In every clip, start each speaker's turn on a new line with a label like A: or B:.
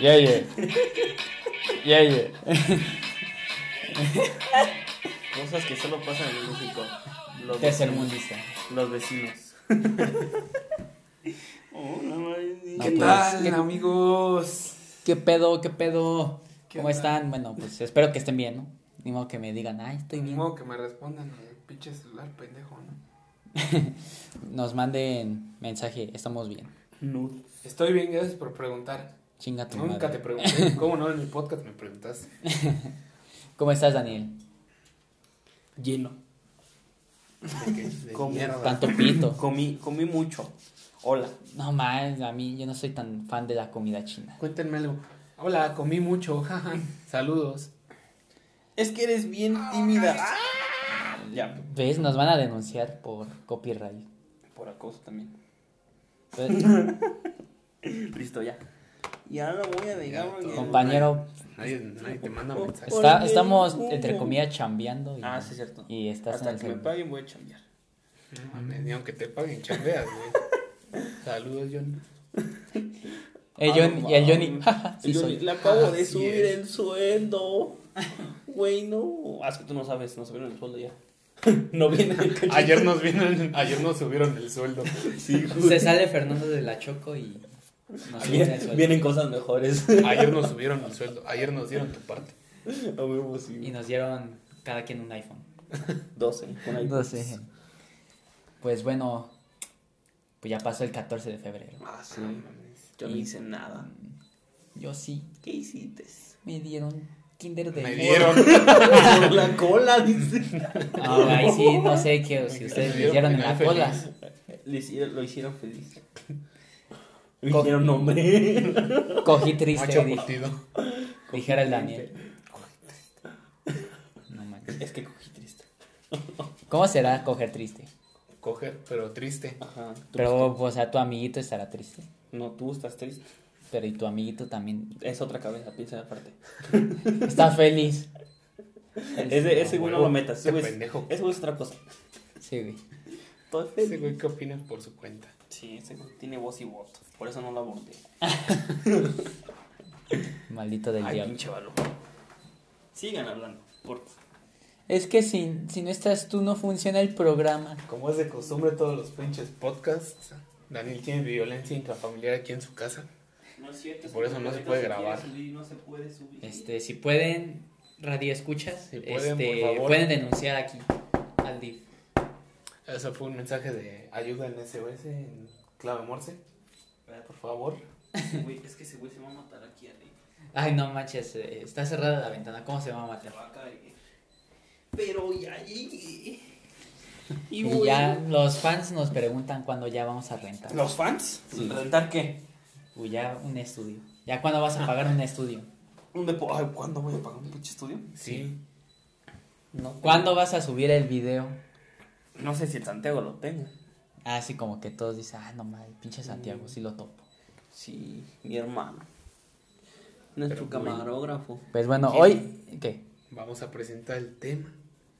A: Yeah, yeah. Yeah, yeah.
B: Cosas que solo pasan en México. Los vecinos.
C: Tercermundista.
B: Los vecinos. Oh,
D: Hola, Marini.
C: No,
D: ¿Qué
C: pues,
D: tal,
C: ¿qué-
D: amigos?
C: ¿Qué pedo? ¿Qué pedo?
D: ¿Qué
C: ¿Cómo
D: onda?
C: están? Bueno, pues espero que estén bien, ¿no? Ni modo que me digan, ay, estoy
D: Ni
C: bien.
D: modo que me respondan el pinche celular, pendejo, ¿no?
C: Nos manden mensaje, estamos bien.
B: Nude.
D: Estoy bien, gracias por preguntar.
C: Chinga tu
D: Nunca
C: madre.
D: te pregunté. ¿Cómo no? En el podcast me preguntaste.
C: ¿Cómo estás, Daniel?
B: Hielo.
D: De que- de
B: Como
D: mierda.
C: Tanto pito.
B: Comí, comí mucho. Hola.
C: No más, a mí yo no soy tan fan de la comida china.
D: Cuéntenme algo. Hola, comí mucho, jaja. Saludos.
B: Es que eres bien tímida. Ah, Ya,
C: ¿Ves? Nos van a denunciar por copyright.
B: por acoso también.
C: Pues,
B: Listo, ya. Ya lo voy a dejar.
D: Ya,
B: porque-
D: compa-
C: compañero,
D: Nadie, nadie te manda
B: Oh,
D: mensaje.
C: está-
B: Oye,
C: estamos
B: ¿cómo?
C: entre comillas chambeando. Y,
B: Ah, sí, es cierto.
C: Y estás en
B: Hasta
C: el
B: que me
C: celular.
B: paguen voy a chambear.
D: No mames, ni aunque te paguen, chambeas, güey. Saludos, John.
C: El
B: Ah,
C: Johnny, y el Johnny, jaja, sí
B: El Johnny,
C: soy.
B: Le acabo de
D: Así
B: subir
D: es.
B: el sueldo. Güey, no. Ah, es que tú no sabes, nos subieron el sueldo ya. no viene el cachito.
D: Ayer nos vieron, ayer nos subieron el sueldo.
B: Sí,
C: Se sale Fernando de la Choco y nos
B: Vienen-
C: sube el sueldo.
B: vienen cosas mejores.
D: Ayer nos subieron el sueldo. Ayer nos dieron tu parte.
B: A huevo,
C: Y
B: sí.
C: nos dieron cada quien un iPhone.
B: 12. con ahí.
C: Pues bueno, pues ya pasó el 14 de febrero.
D: Ah, sí.
B: No mames, Yo no hice nada.
C: Yo sí,
B: ¿Qué hiciste?
C: me dieron Kinder de
D: Me
C: Oro.
D: dieron.
B: Por la cola, dice.
C: Ahora, ahí sí, no sé qué, si ustedes me dieron en la
D: Final
C: cola.
D: feliz.
B: Le hicieron- lo hicieron feliz. Le
C: Co-
B: hicieron nombre.
C: Cogí triste,
D: Macho
C: di-
D: curtido.
C: dijera el Daniel. No manches.
B: Es que cogí triste.
C: ¿Cómo será coger triste?
D: Coger, pero triste.
B: Ajá. Tú-
C: Pero, pues, o sea, tu amiguito estará triste.
B: No, tú estás triste.
C: Pero y tu amiguito también
B: Es otra cabeza, piensa aparte.
C: está feliz.
B: Ese, ese güey no
D: huevo,
B: lo metas. Ese
D: ese
B: güey es,
D: este pendejo.
B: ese güey es otra cosa.
C: Sí, güey.
B: Todo es
D: Ese
B: feliz.
D: güey, ¿qué opinas por su cuenta?
B: Sí, ese güey tiene voz y voto. Por eso no lo abordé.
C: Maldito del
B: Ay,
C: diablo.
B: pinche balón. Sigan hablando. Por...
C: Es que si, si no estás tú no funciona el programa.
D: Como es de costumbre todos los pinches podcasts, Daniel tiene violencia intrafamiliar aquí en su casa.
B: No es cierto.
D: Por eso no se puede grabar.
B: no se puede subir.
C: Este, si pueden, radio escuchas,
D: Si pueden,
C: este,
D: por favor.
C: pueden denunciar aquí al DIF.
D: Eso fue un mensaje de ayuda en SOS, en clave morse, por favor.
B: Ese güey- Es que ese güey se va a matar aquí arriba.
C: Ay, no manches, eh, está cerrada la ventana, ¿cómo se va a
B: Se
C: matar?
B: va a caer. eh. Pero ya llegué.
C: Y ya los fans nos preguntan cuándo ya vamos a rentar.
B: ¿Los fans? ¿Rentar qué?
C: Uy, ya un estudio. ¿Ya cuándo vas a pagar un estudio?
B: Un depo... Ay, ¿cuándo voy a pagar un pinche estudio?
D: Sí.
B: No.
C: ¿Cuándo vas a subir el video?
B: No sé si el Santiago lo tenga.
C: Así como que todos dicen, ah, no mal, pinche
D: Mm.
C: Santiago, sí lo topo.
B: Sí, mi hermano. Nuestro camarógrafo.
C: Pues bueno,
D: ¿Qué?
C: hoy, ¿qué?
D: Vamos a presentar el tema.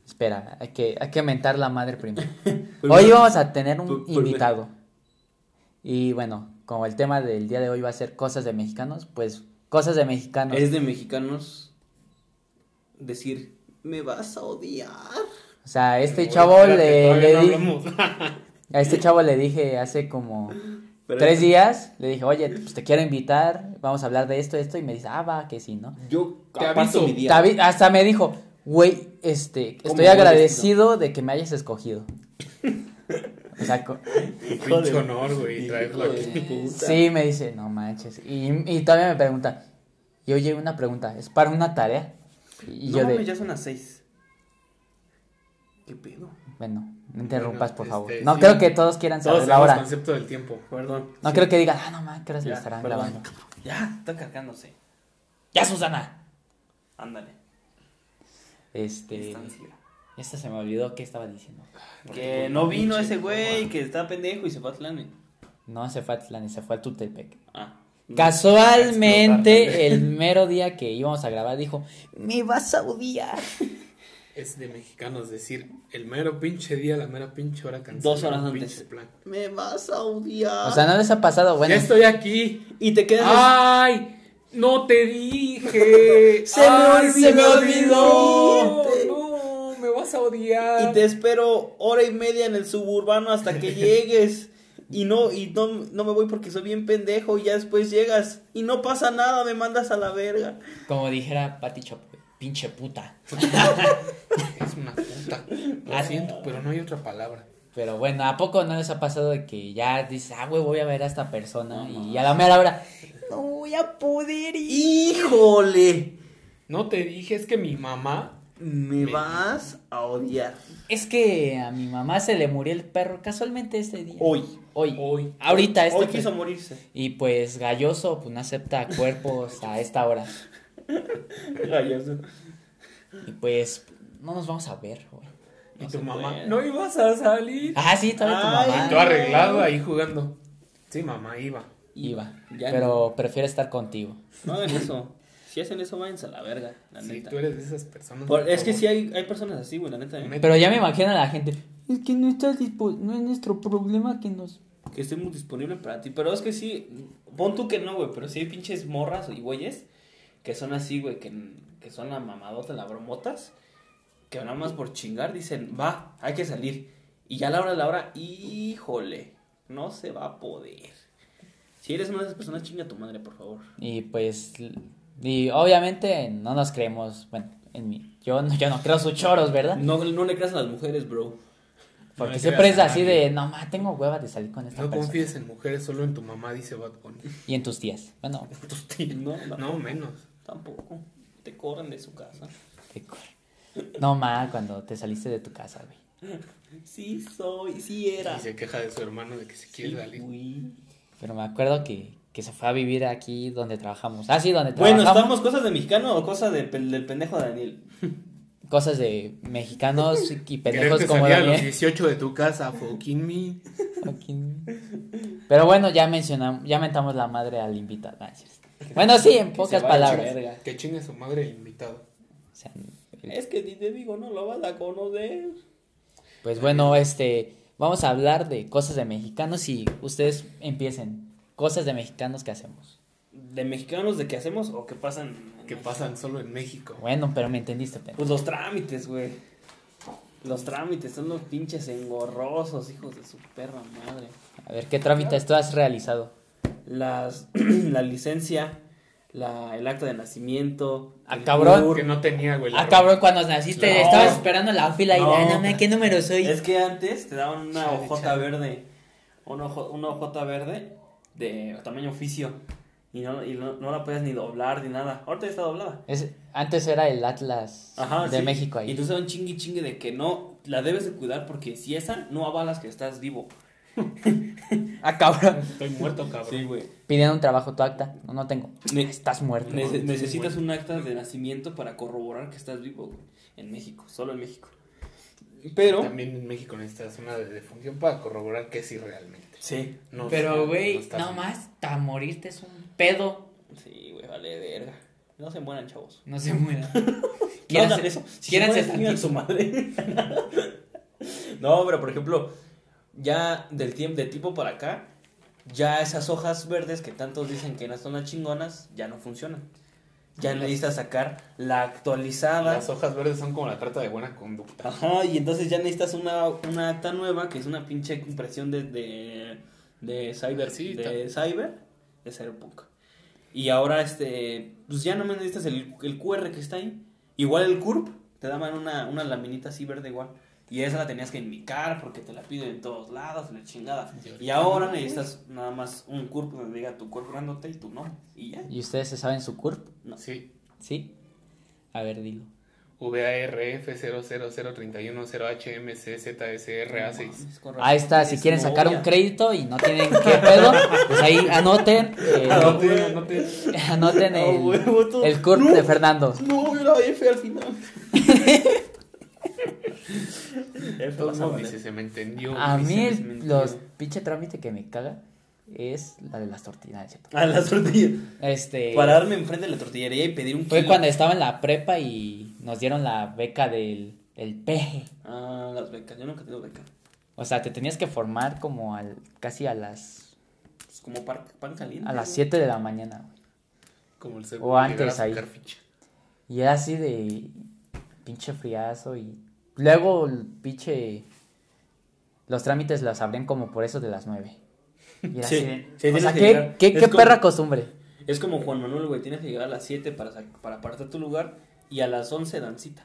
C: Espera, hay que, hay que mentar la madre primero.
D: Pues
B: Primero.
C: hoy vamos a tener un
B: Pr- primero.
C: invitado. Y bueno, como el tema del día de hoy va a ser cosas de mexicanos, pues cosas de mexicanos.
B: Es de mexicanos decir, me vas a odiar.
C: O sea, este
D: Oye,
C: chavo
D: espérate,
C: le, le
D: todavía no
C: di-
D: hablamos.
C: a este chavo le dije hace como
B: Pero
C: tres días, le dije, oye, pues te quiero invitar, vamos a hablar de esto, esto, y me dice, ah, va, que sí, ¿no?
B: Yo
D: Te
B: aparto
D: aviso.
B: mi día.
C: Tavi- hasta me dijo, güey, este,
B: ¿Cómo
C: estoy
B: voy
C: agradecido de que me hayas escogido. O sea, co-
D: Pinche honor, güey, traerlo
B: Hijo de
D: aquí.
B: puta.
C: Sí, me dice, no manches. Y, y todavía me pregunta, yo oye, una pregunta, ¿es para una tarea? Y
B: No
C: yo
B: mames,
C: de,
B: ya son las seis. ¿Qué pedo?
C: bueno, no interrumpas, por
D: Bueno,
C: favor.
D: este,
C: No
D: sí.
C: creo que todos quieran
D: Todos
C: saber la
D: tenemos
C: hora.
D: concepto del tiempo.
B: Perdón.
C: No creo que digan, ah, no mames, ¿qué horas
B: Ya,
C: le estarán
B: perdón.
C: grabando?
B: Ya, está cargándose.
C: ¡Ya, Susana!
B: Ándale.
C: Este,
B: distancia.
C: esta se me olvidó qué estaba diciendo.
B: Que no vino ese güey, que está pendejo y se fue a Atlán.
C: No, se fue a Atlán, se fue a Tultepec.
B: Ah.
C: Casualmente, el mero día que íbamos a grabar, dijo, me vas a odiar.
D: Es de mexicanos decir el mero pinche día, la mera pinche hora cancelada.
B: Dos horas antes.
D: plan.
B: Me vas a odiar. Ah.
C: O sea, no les ha pasado, bueno.
D: Ya estoy aquí.
C: Ah.
B: y te quedas.
D: ¡Ay! No te dije.
B: Se me ol- se me
D: olvidó.
B: olvidó.
D: No, me vas a odiar.
B: Y te espero hora y media en el suburbano hasta que llegues. Y no, y no, no me voy porque soy bien pendejo y ya después llegas. Y no pasa nada, me mandas a la verga.
A: Como dijera Pati Chapoy, pinche puta.
D: Es una puta. Lo siento, pero no hay otra palabra.
C: Pero bueno, ¿a poco no les ha pasado de que ya dices, ah, güey, voy a ver a esta persona? y a la mera hora, no voy a poder ir.
B: ¡Híjole!
D: No te dije, es que mi mamá.
B: Me vas a odiar.
C: Es que a mi mamá se le murió el perro casualmente este día.
B: Hoy.
C: Hoy.
D: Hoy.
C: Ahorita este.
B: Hoy
C: pre-
B: quiso morirse.
C: Y pues Galloso pues no acepta cuerpos a esta hora.
B: Galloso.
C: Y pues no nos vamos a ver, güey.
D: Y
B: No
D: tu
B: se
D: mamá.
B: puede.
D: No ibas a salir.
C: Ah, sí, todavía
B: Ay,
C: tu
D: Tú
C: mamá
D: arreglado ahí jugando. Sí, mamá, iba.
C: iba.
B: Ya
C: pero prefiero estar contigo.
B: No hagan eso. Si hacen eso, váyanse a la verga, la
D: Sí,
B: neta.
D: tú eres de esas personas.
B: Por-
D: por
B: es que
D: favor.
B: sí hay, hay personas así, güey, la neta. ¿eh?
C: Pero ya me imagino a la gente. Es que no estás dispu- no es nuestro problema que nos.
B: Que estemos disponibles para ti. Pero es que sí, pon tú que no, güey, pero sí hay pinches morras y güeyes que son así, güey, que, que son la mamadota, la bromotas, que nada más por chingar dicen, va, hay que salir. Y ya a la hora de la hora, híjole, no se va a poder. Si eres una de esas personas, chinga a tu madre, por favor.
C: Y pues. l- Y obviamente no nos creemos. Bueno, en mí. Yo no, yo no creo sus choros, ¿verdad?
B: No, no le creas a las mujeres, bro.
C: Porque
D: le
C: siempre es
D: creas a
C: así
D: nadie.
C: de, no, ma, tengo hueva de salir con esta
D: No
C: persona.
D: confíes en mujeres, solo en tu mamá, dice Bad Bunny.
C: Y en tus tías. Bueno,
B: Tus tíos. No, no,
D: No, menos.
B: tampoco. Te corren de su casa.
C: qué cor- no, ma, cuando te saliste de tu casa, güey.
B: Sí soy, sí era.
D: Y se queja de su hermano de que se quiere salir.
B: Uy.
C: Pero me acuerdo que, que se fue a vivir aquí donde trabajamos. Ah, sí, donde
B: Bueno,
C: trabajamos.
B: ¿estamos cosas de mexicano o cosas de pel- del pendejo de Daniel?
C: Cosas de mexicanos y pendejos
D: Quererte
C: como
D: salir a los
C: Daniel.
D: 18 de tu casa, fucking me.
C: Fucking- Pero bueno, ya mencionamos, ya mentamos la madre al invitado. Ah, sí. Bueno, sí, en pocas
B: se vaya a
C: palabras.
B: chingar.
D: Que chingue su madre el invitado.
C: O sea,
B: Es que si te digo, no lo vas a conocer.
C: pues bueno, este, vamos a hablar de cosas de mexicanos y ustedes empiecen. Cosas de mexicanos que hacemos.
B: ¿De mexicanos de qué hacemos o qué pasan?
D: Que pasan solo en México.
C: Bueno, pero me entendiste, pendejo.
B: Pues los trámites, güey. Los trámites son los pinches engorrosos, hijos de su perra madre.
C: A ver, ¿qué trámites tú has realizado?
B: Las, la licencia, la, el acta de nacimiento.
C: Ah,
B: el
C: cabrón.
B: CUR.
D: Que no tenía, güey. la
C: Ah, cabrón, cuando naciste
B: No.
C: estabas esperando la fila y,
B: No.
C: ay, no, ma, ¿qué número soy?
B: Es que antes te daban una
D: Chale,
B: hojota
D: chale.
B: verde, una, ojo- una hojota verde de tamaño oficio y no, y no, no la podías ni doblar ni nada. Ahorita ya está doblada.
C: Es- antes era el Atlas
B: Ajá,
C: de
B: sí.
C: México ahí.
B: Y tú sabes un chingue chingue de que no la debes de cuidar porque si esa no avalas que estás vivo.
C: Ah, cabrón.
D: Estoy muerto, cabrón.
B: güey.
C: Pidiendo un trabajo tu acta. No, no tengo.
B: Ne-
C: Estás muerto.
B: nece-
D: sí,
B: necesitas
D: güey.
B: un acta de nacimiento para corroborar que estás vivo güey, en México, solo en México. Pero
D: También en México necesitas una de defunción para corroborar que sí realmente.
B: sí,
D: No,
C: Pero,
D: no,
C: güey,
D: no está
C: no
D: bien.
C: más, a morirte es un pedo.
B: sí, güey, vale verga. No se mueran, chavos.
C: No se muera.
B: ¿Quién
C: Quieras-
B: hace eso?
C: quieras
B: se
C: estar-
B: su madre. no, pero por ejemplo, ya del tiempo de tipo para acá, ya esas hojas verdes que tantos dicen que no son las chingonas, ya no funcionan. Ya necesitas sacar la actualizada.
D: Las hojas verdes son como la trata de buena conducta.
B: Ajá, y entonces ya necesitas una, una acta nueva que es una pinche compresión de, de, de cyber,
D: Sí,
B: de cyber, de cyberpunk. Y ahora, este, pues ya no me necesitas el, el QR que está ahí. Igual el CURP, te daban una, una laminita así verde igual. Y esa la tenías que indicar porque te la piden en todos lados, la chingada.
D: Y ahorita
B: Y ahora
D: no,
B: necesitas nada más un CURP donde diga tu cuerpo grandote y tu nombre. Y ya.
C: ¿Y ustedes se saben su CURP?
D: Sí.
C: ¿Sí? A ver, dilo.
D: VARF 000HMCZSRA6.
B: Mames, con
C: Ah, Ahí
B: razón,
C: está,
B: tienes
C: si quieren sacar un
B: novia.
C: crédito y no tienen qué pedo, pues ahí anoten. eh,
D: No te, no te.
C: anoten
B: Ah, huevo,
C: el,
B: tú.
C: el CURP
B: No.
C: de Fernando.
B: No, yo la F al final.
D: Todos modos, dice, se me entendió.
C: A
D: dice.
C: mí,
B: les
C: el-
B: mentira.
C: los pinche trámite que me caga es la de las tortillas, ¿no es ¿cierto?
B: A las tortillas.
C: Este.
B: Pararme enfrente de la tortillería y pedir un
C: Fue
B: kilo.
C: cuando estaba en la prepa y nos dieron la beca del el peje.
B: Ah, las becas. Yo nunca he tenido beca.
C: O sea, te tenías que formar como al, casi a las
B: Es como par- pan caliente.
C: a las
B: güey.
C: 7 de la mañana. güey.
D: Como el
C: O
D: segundo
C: antes
D: llegar a
C: ahí.
D: sacar ficha.
C: Y era así de pinche friazo y luego el pinche los trámites los abrían como por eso de las nueve. Y era
B: Sí,
C: así de-
B: sí,
C: o
B: tienes
C: sea,
B: que
C: qué,
B: llegar.
C: qué,
B: Es
C: qué
B: como-
C: perra costumbre.
B: Es como Juan Manuel, güey, tienes que llegar a las 7 para, sa- para apartar tu lugar y a las 11 dan cita.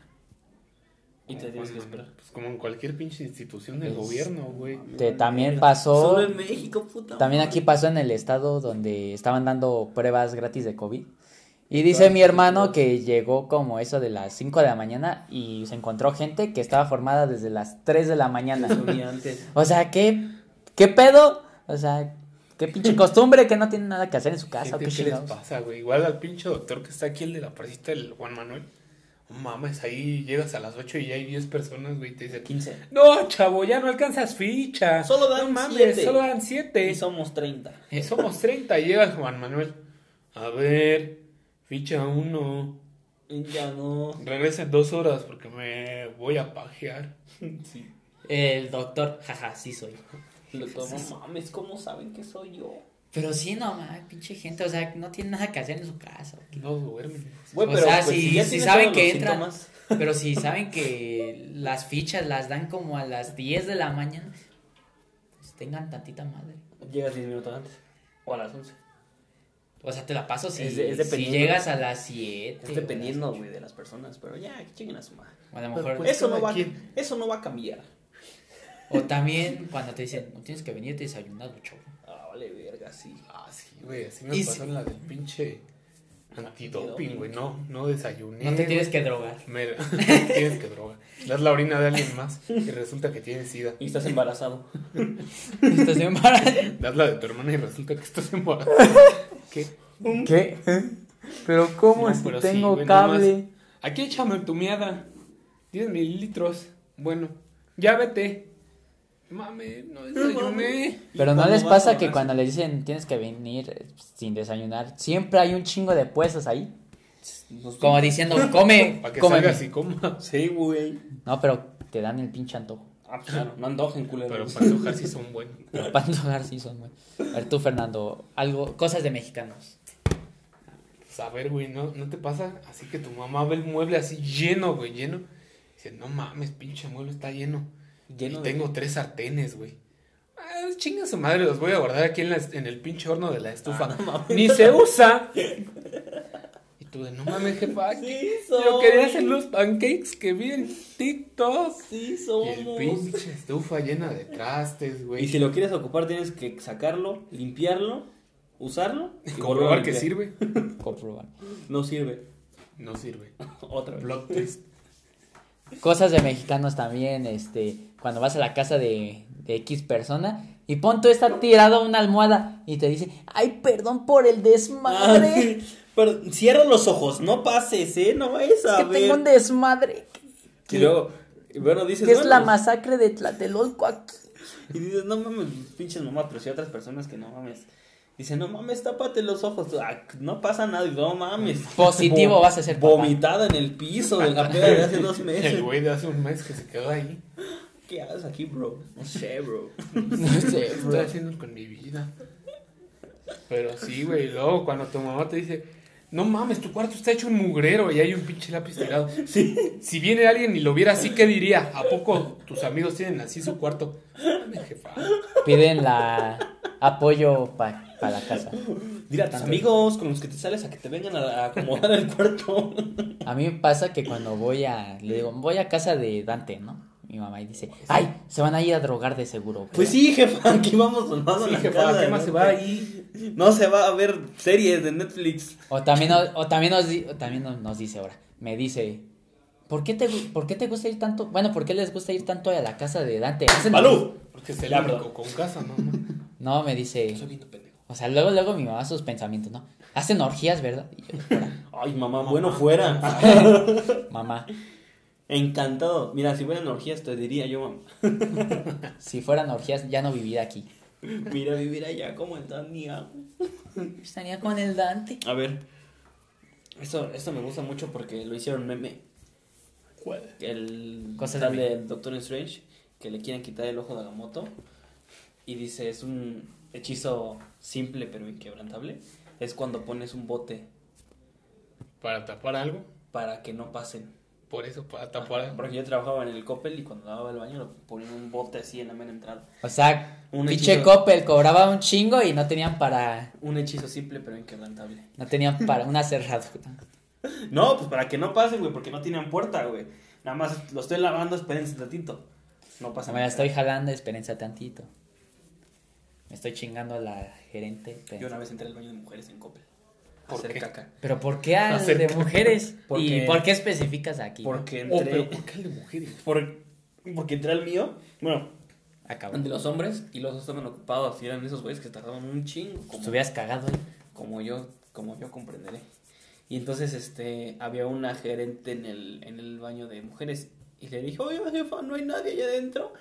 B: Y te
D: Como
B: tienes que
D: cuando-
B: esperar.
D: Pues como en cualquier pinche institución del
C: Es-
D: gobierno, güey.
C: Que también
B: Solo
C: pasó,
B: en México, puta.
C: también
B: madre.
C: aquí pasó en el estado donde estaban dando pruebas gratis de COVID. Y dice mi hermano que llegó como eso de las 5 de la mañana y se encontró gente que estaba formada desde las 3 de la mañana.
B: Se unía antes.
C: O sea, ¿qué, qué pedo? O sea, qué pinche costumbre que no tienen nada que hacer en su casa. o
D: Gente,
C: qué
D: ¿Qué les
C: chingados?
D: pasa, güey? Igual al pinche doctor que está aquí, el de la parecita, el Juan Manuel. No Mames, ahí llegas a las 8 y ya hay 10 personas, güey, y te dicen...
B: 15.
D: No, chavo, ya no alcanzas ficha.
B: Solo dan
D: no mames,
B: siete.
D: solo dan 7.
B: Y somos 30.
D: Y somos 30, llega Juan Manuel. A ver, ficha 1.
B: Ya no.
D: Regresa en dos horas porque me voy a pajear.
B: Sí.
A: El doctor, jaja, sí soy.
B: Lo tomo, mames, ¿cómo saben que soy yo?
A: Pero sí, no, ma, pinche gente, o sea, no tiene nada que hacer en su casa.
D: No duermen.
B: Güey,
A: O
B: pero
A: sea,
B: pues,
A: si-
B: ya
A: si
B: tienes
A: saben
B: todos
A: que
B: los
A: entran.
B: síntomas,
A: Pero si saben que las fichas las dan como a las 10 de la mañana, pues tengan tantita madre.
B: Llegas 10 minutos antes. O a las 11.
A: O sea, te la paso si,
B: Es de- es
A: si
B: dependiendo.
A: llegas a las 7.
B: Es dependiendo, güey, de las personas. Pero ya, que chinguen a su madre.
A: O a lo mejor.
D: Pues
B: eso, no
D: cada
B: va a,
D: quien.
B: eso no va a cambiar.
A: O también cuando te dicen, no tienes que venir desayunado, chavo.
B: Ah, vale, verga, sí.
D: Ah, sí, güey, así me
A: Y
D: pasó
A: si-
D: en la del pinche antidoping, güey. No, no desayuné.
A: No te tienes
D: Eh, güey.
A: que drogar.
D: Me- tienes que droga. Das la orina de alguien más y resulta que tienes sida.
B: Y estás embarazado.
A: Estás embarazada.
D: Das la de tu hermana y resulta que estás embarazada. ¿Qué?
C: ¿Qué? Pero ¿cómo
D: No,
C: si
D: pero sí,
C: tengo
D: güey, no más.
C: cable?
D: Aquí échame tu miada. 10 mililitros. Bueno, ya vete. Mame, no desayuné.
C: Pero no
B: cuando
C: les
B: vas
C: pasa
B: a
C: que
B: la-
C: cuando les dicen tienes que venir eh, sin desayunar, siempre hay un chingo de puestos ahí.
B: Nos-
C: Como diciendo, come,
D: Para que
C: come.
D: salgas y comas.
B: Sí, güey.
C: No, pero te dan el pinche antojo.
B: Ah, pues claro, no andojen,
D: Pero
B: culeros.
D: para antojar sí son buenos.
C: Pero para antojar sí son muy. A ver, tú, Fernando, algo, cosas de mexicanos.
D: Pues, a ver, güey, ¿no, ¿no te pasa? Así que tu mamá ve el mueble así lleno, güey, lleno. Dice, no mames, pinche mueble está lleno.
B: Lleno
D: y
B: de-
D: tengo tres sartenes, güey. Ah, chinga su madre, los voy a guardar aquí en, la est- en el pinche horno de la
B: Ah,
D: estufa. ¡Ni se usa! y tú de, no mames, jefa.
B: Sí,
D: Yo
B: soy.
D: quería hacer los pancakes que vi en TikTok.
B: Sí,
D: Y el
B: somos. Y,
D: pinche estufa llena de trastes, güey.
B: si lo quieres ocupar, tienes que sacarlo, limpiarlo, usarlo y volverlo a
D: Comprobar que
B: limpiar.
D: sirve.
C: Comprobar.
B: No sirve.
D: No sirve.
B: Otra vez.
D: Plot twist.
C: Cosas de mexicanos también, este, cuando vas a la casa de, de X persona y pon tú está tirado una almohada y te dice, ay, perdón por el desmadre.
B: Ah, sí. Pero cierra los ojos, no pases, ¿eh? No vayas
C: Es
B: a
C: que
B: ver.
C: tengo un desmadre.
B: Y luego, y bueno, dices,
C: Que es
B: bueno,
C: la masacre de Tlatelolco aquí.
B: Y dices, no mames, pinches mamás, pero si hay otras personas que no mames. Dicen, no mames, tápate los ojos. Ah, no pasa nada, no mames.
C: Positivo
B: Vom-
C: vas a ser, papá.
B: Vomitada en el piso de la peda de hace dos
D: El
B: meses.
D: güey de hace un mes que se quedó ahí.
B: ¿Qué haces aquí, bro? No sé, bro.
C: No
D: ¿Qué
C: sé,
D: estoy
C: bro.
D: haciendo con mi vida? Pero sí, güey. y Luego, cuando tu mamá te dice, no mames, tu cuarto está hecho un mugrero y hay un pinche lápiz tirado. Si viene alguien y lo viera así, ¿qué diría? ¿A poco tus amigos tienen así su cuarto? Mames, jefa.
C: Piden la apoyo para la casa.
B: Dile a tus amigos con los que te sales a que te vengan a, a acomodar el cuarto.
C: A mí me pasa que cuando voy a, le digo, voy a casa de Dante, ¿no? Mi mamá y dice, ay, se van a ir a drogar de seguro. güey".
B: pues sí, jefa, aquí vamos nomás a
D: Sí,
B: la
D: jefa,
B: casa
D: ¿qué
B: de
D: más se
B: Dante.
D: va ahí?
B: No se va a ver series de Netflix.
C: O también, nos- o también, nos, di- o también nos, nos dice ahora, me dice, ¿por qué, te, gu- ¿por qué te gusta ir tanto? Bueno, ¿por qué les gusta ir tanto a la casa de Dante? Hacen-
B: ¡Balú!
D: Porque es el
B: Ya,
D: único
B: perdón.
D: con casa, ¿no? ma?
C: No, me dice,
B: Soy bien tu pendejo.
C: o sea, luego, luego mi mamá sus pensamientos, ¿no? Hacen orgías, ¿verdad? Y yo, "Ahora,
B: Ay, mamá, bueno fuera.
C: mamá,
B: Encantado. Mira, si fueran orgías te diría yo, mamá.
C: si fueran orgías ya no viviría aquí.
B: Mira, vivir allá como en Tania.
C: Estaría con el Dante.
B: A ver. Esto, esto me gusta mucho porque lo hicieron meme. ¿Cuál? El
C: Cosas
B: tal
C: de mí.
B: del Doctor Strange que le quieren quitar el ojo de Agamotto. Y dice, es un hechizo simple pero inquebrantable. Es cuando pones un bote
D: para tapar algo.
B: para que no pasen.
D: Por eso, para
B: Ah,
D: tapar algo.
B: Porque yo trabajaba en el Coppel y cuando daba el baño lo ponían un bote así en la mera entrada.
C: O sea,
B: Un
C: pinche
B: hechizo.
C: Coppel cobraba un chingo y no tenían para.
B: Un hechizo simple pero inquebrantable.
C: No tenían para una cerradura.
B: No, pues para que no pasen, güey, porque no tienen puerta, güey. Nada más lo estoy lavando, espérense un ratito. No pasa
C: Me la
B: nada.
C: estoy jalando, espérense tantito. Me estoy chingando a la gerente. espérense.
B: Yo una vez entré al baño de mujeres en Coppel. a
D: ¿Por
B: hacer
D: qué?
B: caca.
C: Pero ¿por qué al
D: Hacer
C: de
D: caca.
C: mujeres?
B: Porque-
C: ¿Y por qué especificas aquí?
B: Porque
D: Oh,
B: entré.
D: pero ¿por qué el de mujeres?
B: por- porque entré al mío. Bueno,
C: Acabó.
B: el de los hombres y los dos estaban ocupados. Y eran esos güeyes que tardaban un chingo.
C: Pues
B: Como,
C: te hubieras cagado. ¿eh?
B: como yo, como yo comprenderé. Y entonces este había una gerente en el, en el baño de mujeres. Y le dije, oye jefa, no hay nadie allá adentro.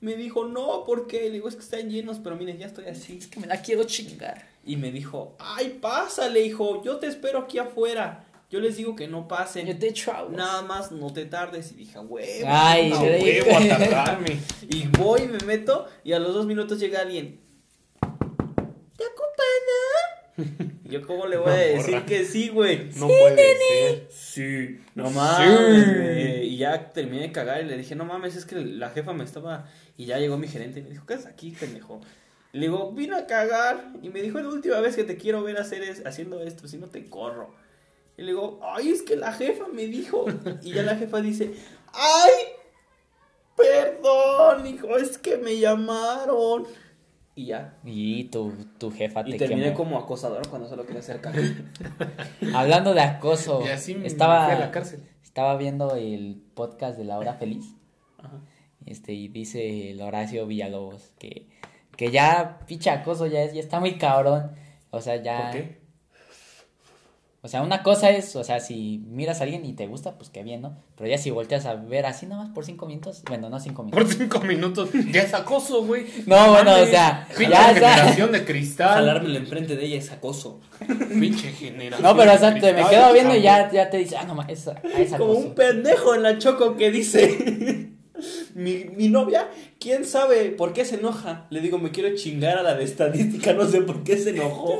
B: Me dijo, no, ¿por qué? Le digo, es que están llenos, pero miren, ya estoy así.
C: Es que me la quiero chingar.
B: Y me dijo, ay, pásale, hijo, yo te espero aquí afuera. Yo les digo que no pasen.
C: Yo te echo aguas.
B: Nada más no te tardes. Y dije,
D: Eh,
B: güey.
C: Ay,
D: A
B: puta,
C: pero-
D: huevo, a tardarme.
B: Y voy, me meto y a los dos minutos llega alguien. ¿Te acompaña? Yo cómo le voy a
D: Una
B: decir
D: morra.
B: que sí, güey.
D: No puede ser.
B: Sí. No
D: Sí.
B: mames. güey. Y ya terminé de cagar y le dije, no mames, es que la jefa me estaba... Y ya llegó mi gerente y me dijo, ¿qué haces aquí, pendejo? Le digo, vine a cagar. Y me dijo, es la última vez que te quiero ver hacer es, haciendo esto, si no te corro. Y le digo, ay, es que la jefa me dijo. Y ya la jefa dice, ay, perdón, hijo, es que me llamaron. Y ya.
C: Y tu, tu jefa
B: Y
C: te
B: terminé
C: quemó.
B: como acosador cuando solo quería hacer caca.
C: Hablando de acoso,
D: Y así me fui a la
C: estaba,
D: cárcel.
C: estaba viendo el podcast de La Hora Feliz.
B: Ajá.
C: Este, y dice el Horacio Villalobos que, que ya, pinche acoso, ya, es, ya está muy cabrón. O sea, ya.
D: ¿Por qué?
C: O sea, una cosa es, o sea, si miras a alguien y te gusta, pues qué bien, ¿no? Pero ya si volteas a ver así nomás por cinco minutos, bueno, no cinco
D: Por
C: minutos.
D: cinco minutos. Ya es acoso, güey.
C: No, bueno,
D: mames.
C: o sea,
D: Pinche
C: ya, o sea.
D: generación de cristal.
B: Jalármelo enfrente de ella es acoso.
D: Pinche generación.
C: No, pero o sea,
D: de
C: te me
D: cristal.
C: quedo viendo y ya, ya te dice, ah, no más, es, es
B: Como
C: acoso.
B: un pendejo en la choco que dice. Mi, mi novia, quién sabe por qué se enoja. Le digo, me quiero chingar a la de estadística, no sé por qué se enojó.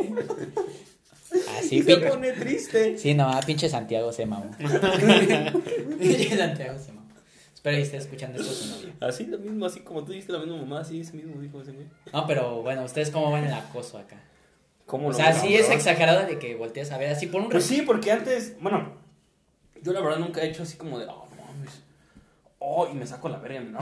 C: Así,
B: y se
C: pin-
B: pone triste.
C: Ah, Sí, no, ah, pinche Santiago se mamó.
A: Santiago se mamó. Espero que esté escuchando esto su novia.
B: Así lo mismo, así como tú dijiste la misma mamá, así ese mismo dijo ese güey.
A: No, pero bueno, ¿ustedes cómo ven el acoso acá?
B: ¿Cómo
A: O
B: lo
A: sea,
B: ves,
A: sí es
B: cabrón?
A: exagerado de que volteas a ver así por un
B: Pues
A: rato.
B: sí, porque antes, bueno, yo la verdad nunca he hecho así como de, oh, mames, oh, y me saco la verga, no.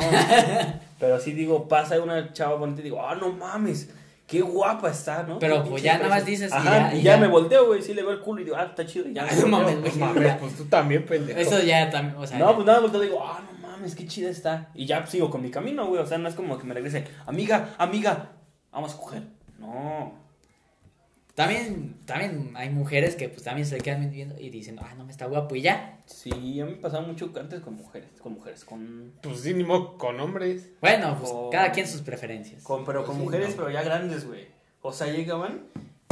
B: Pero sí digo, pasa una chava bonita y digo, ah, no mames, qué guapa está, ¿no?
A: Pero,
B: Qué
A: pues,
B: pinche
A: ya nada más
B: preciosa.
A: dices y
B: Ajá,
A: ya-
B: y
A: y
B: ya,
A: ya.
B: me volteo, güey, sí le veo el culo y digo, ah, está chido, y ya.
A: Ay, no mames, güey.
D: No mames, pues tú también, pendejo.
A: Eso ya también, o sea,
B: No, pues nada, volteo y digo, ah, no mames, qué chida está. Y ya sigo con mi camino, güey, o sea, no es como que me regrese, amiga, amiga, vamos a coger. No.
A: también, también hay mujeres que pues también se quedan viendo y dicen, ah, no me está guapo y ya.
B: Sí, a mí me pasaba mucho antes con mujeres, con mujeres, con
D: Pues sí, ni modo con hombres.
A: Bueno, pues
B: Con-
A: cada quien sus preferencias.
B: Con, pero con
A: Sí,
B: mujeres,
A: no.
B: pero ya grandes, güey. O sea, llegaban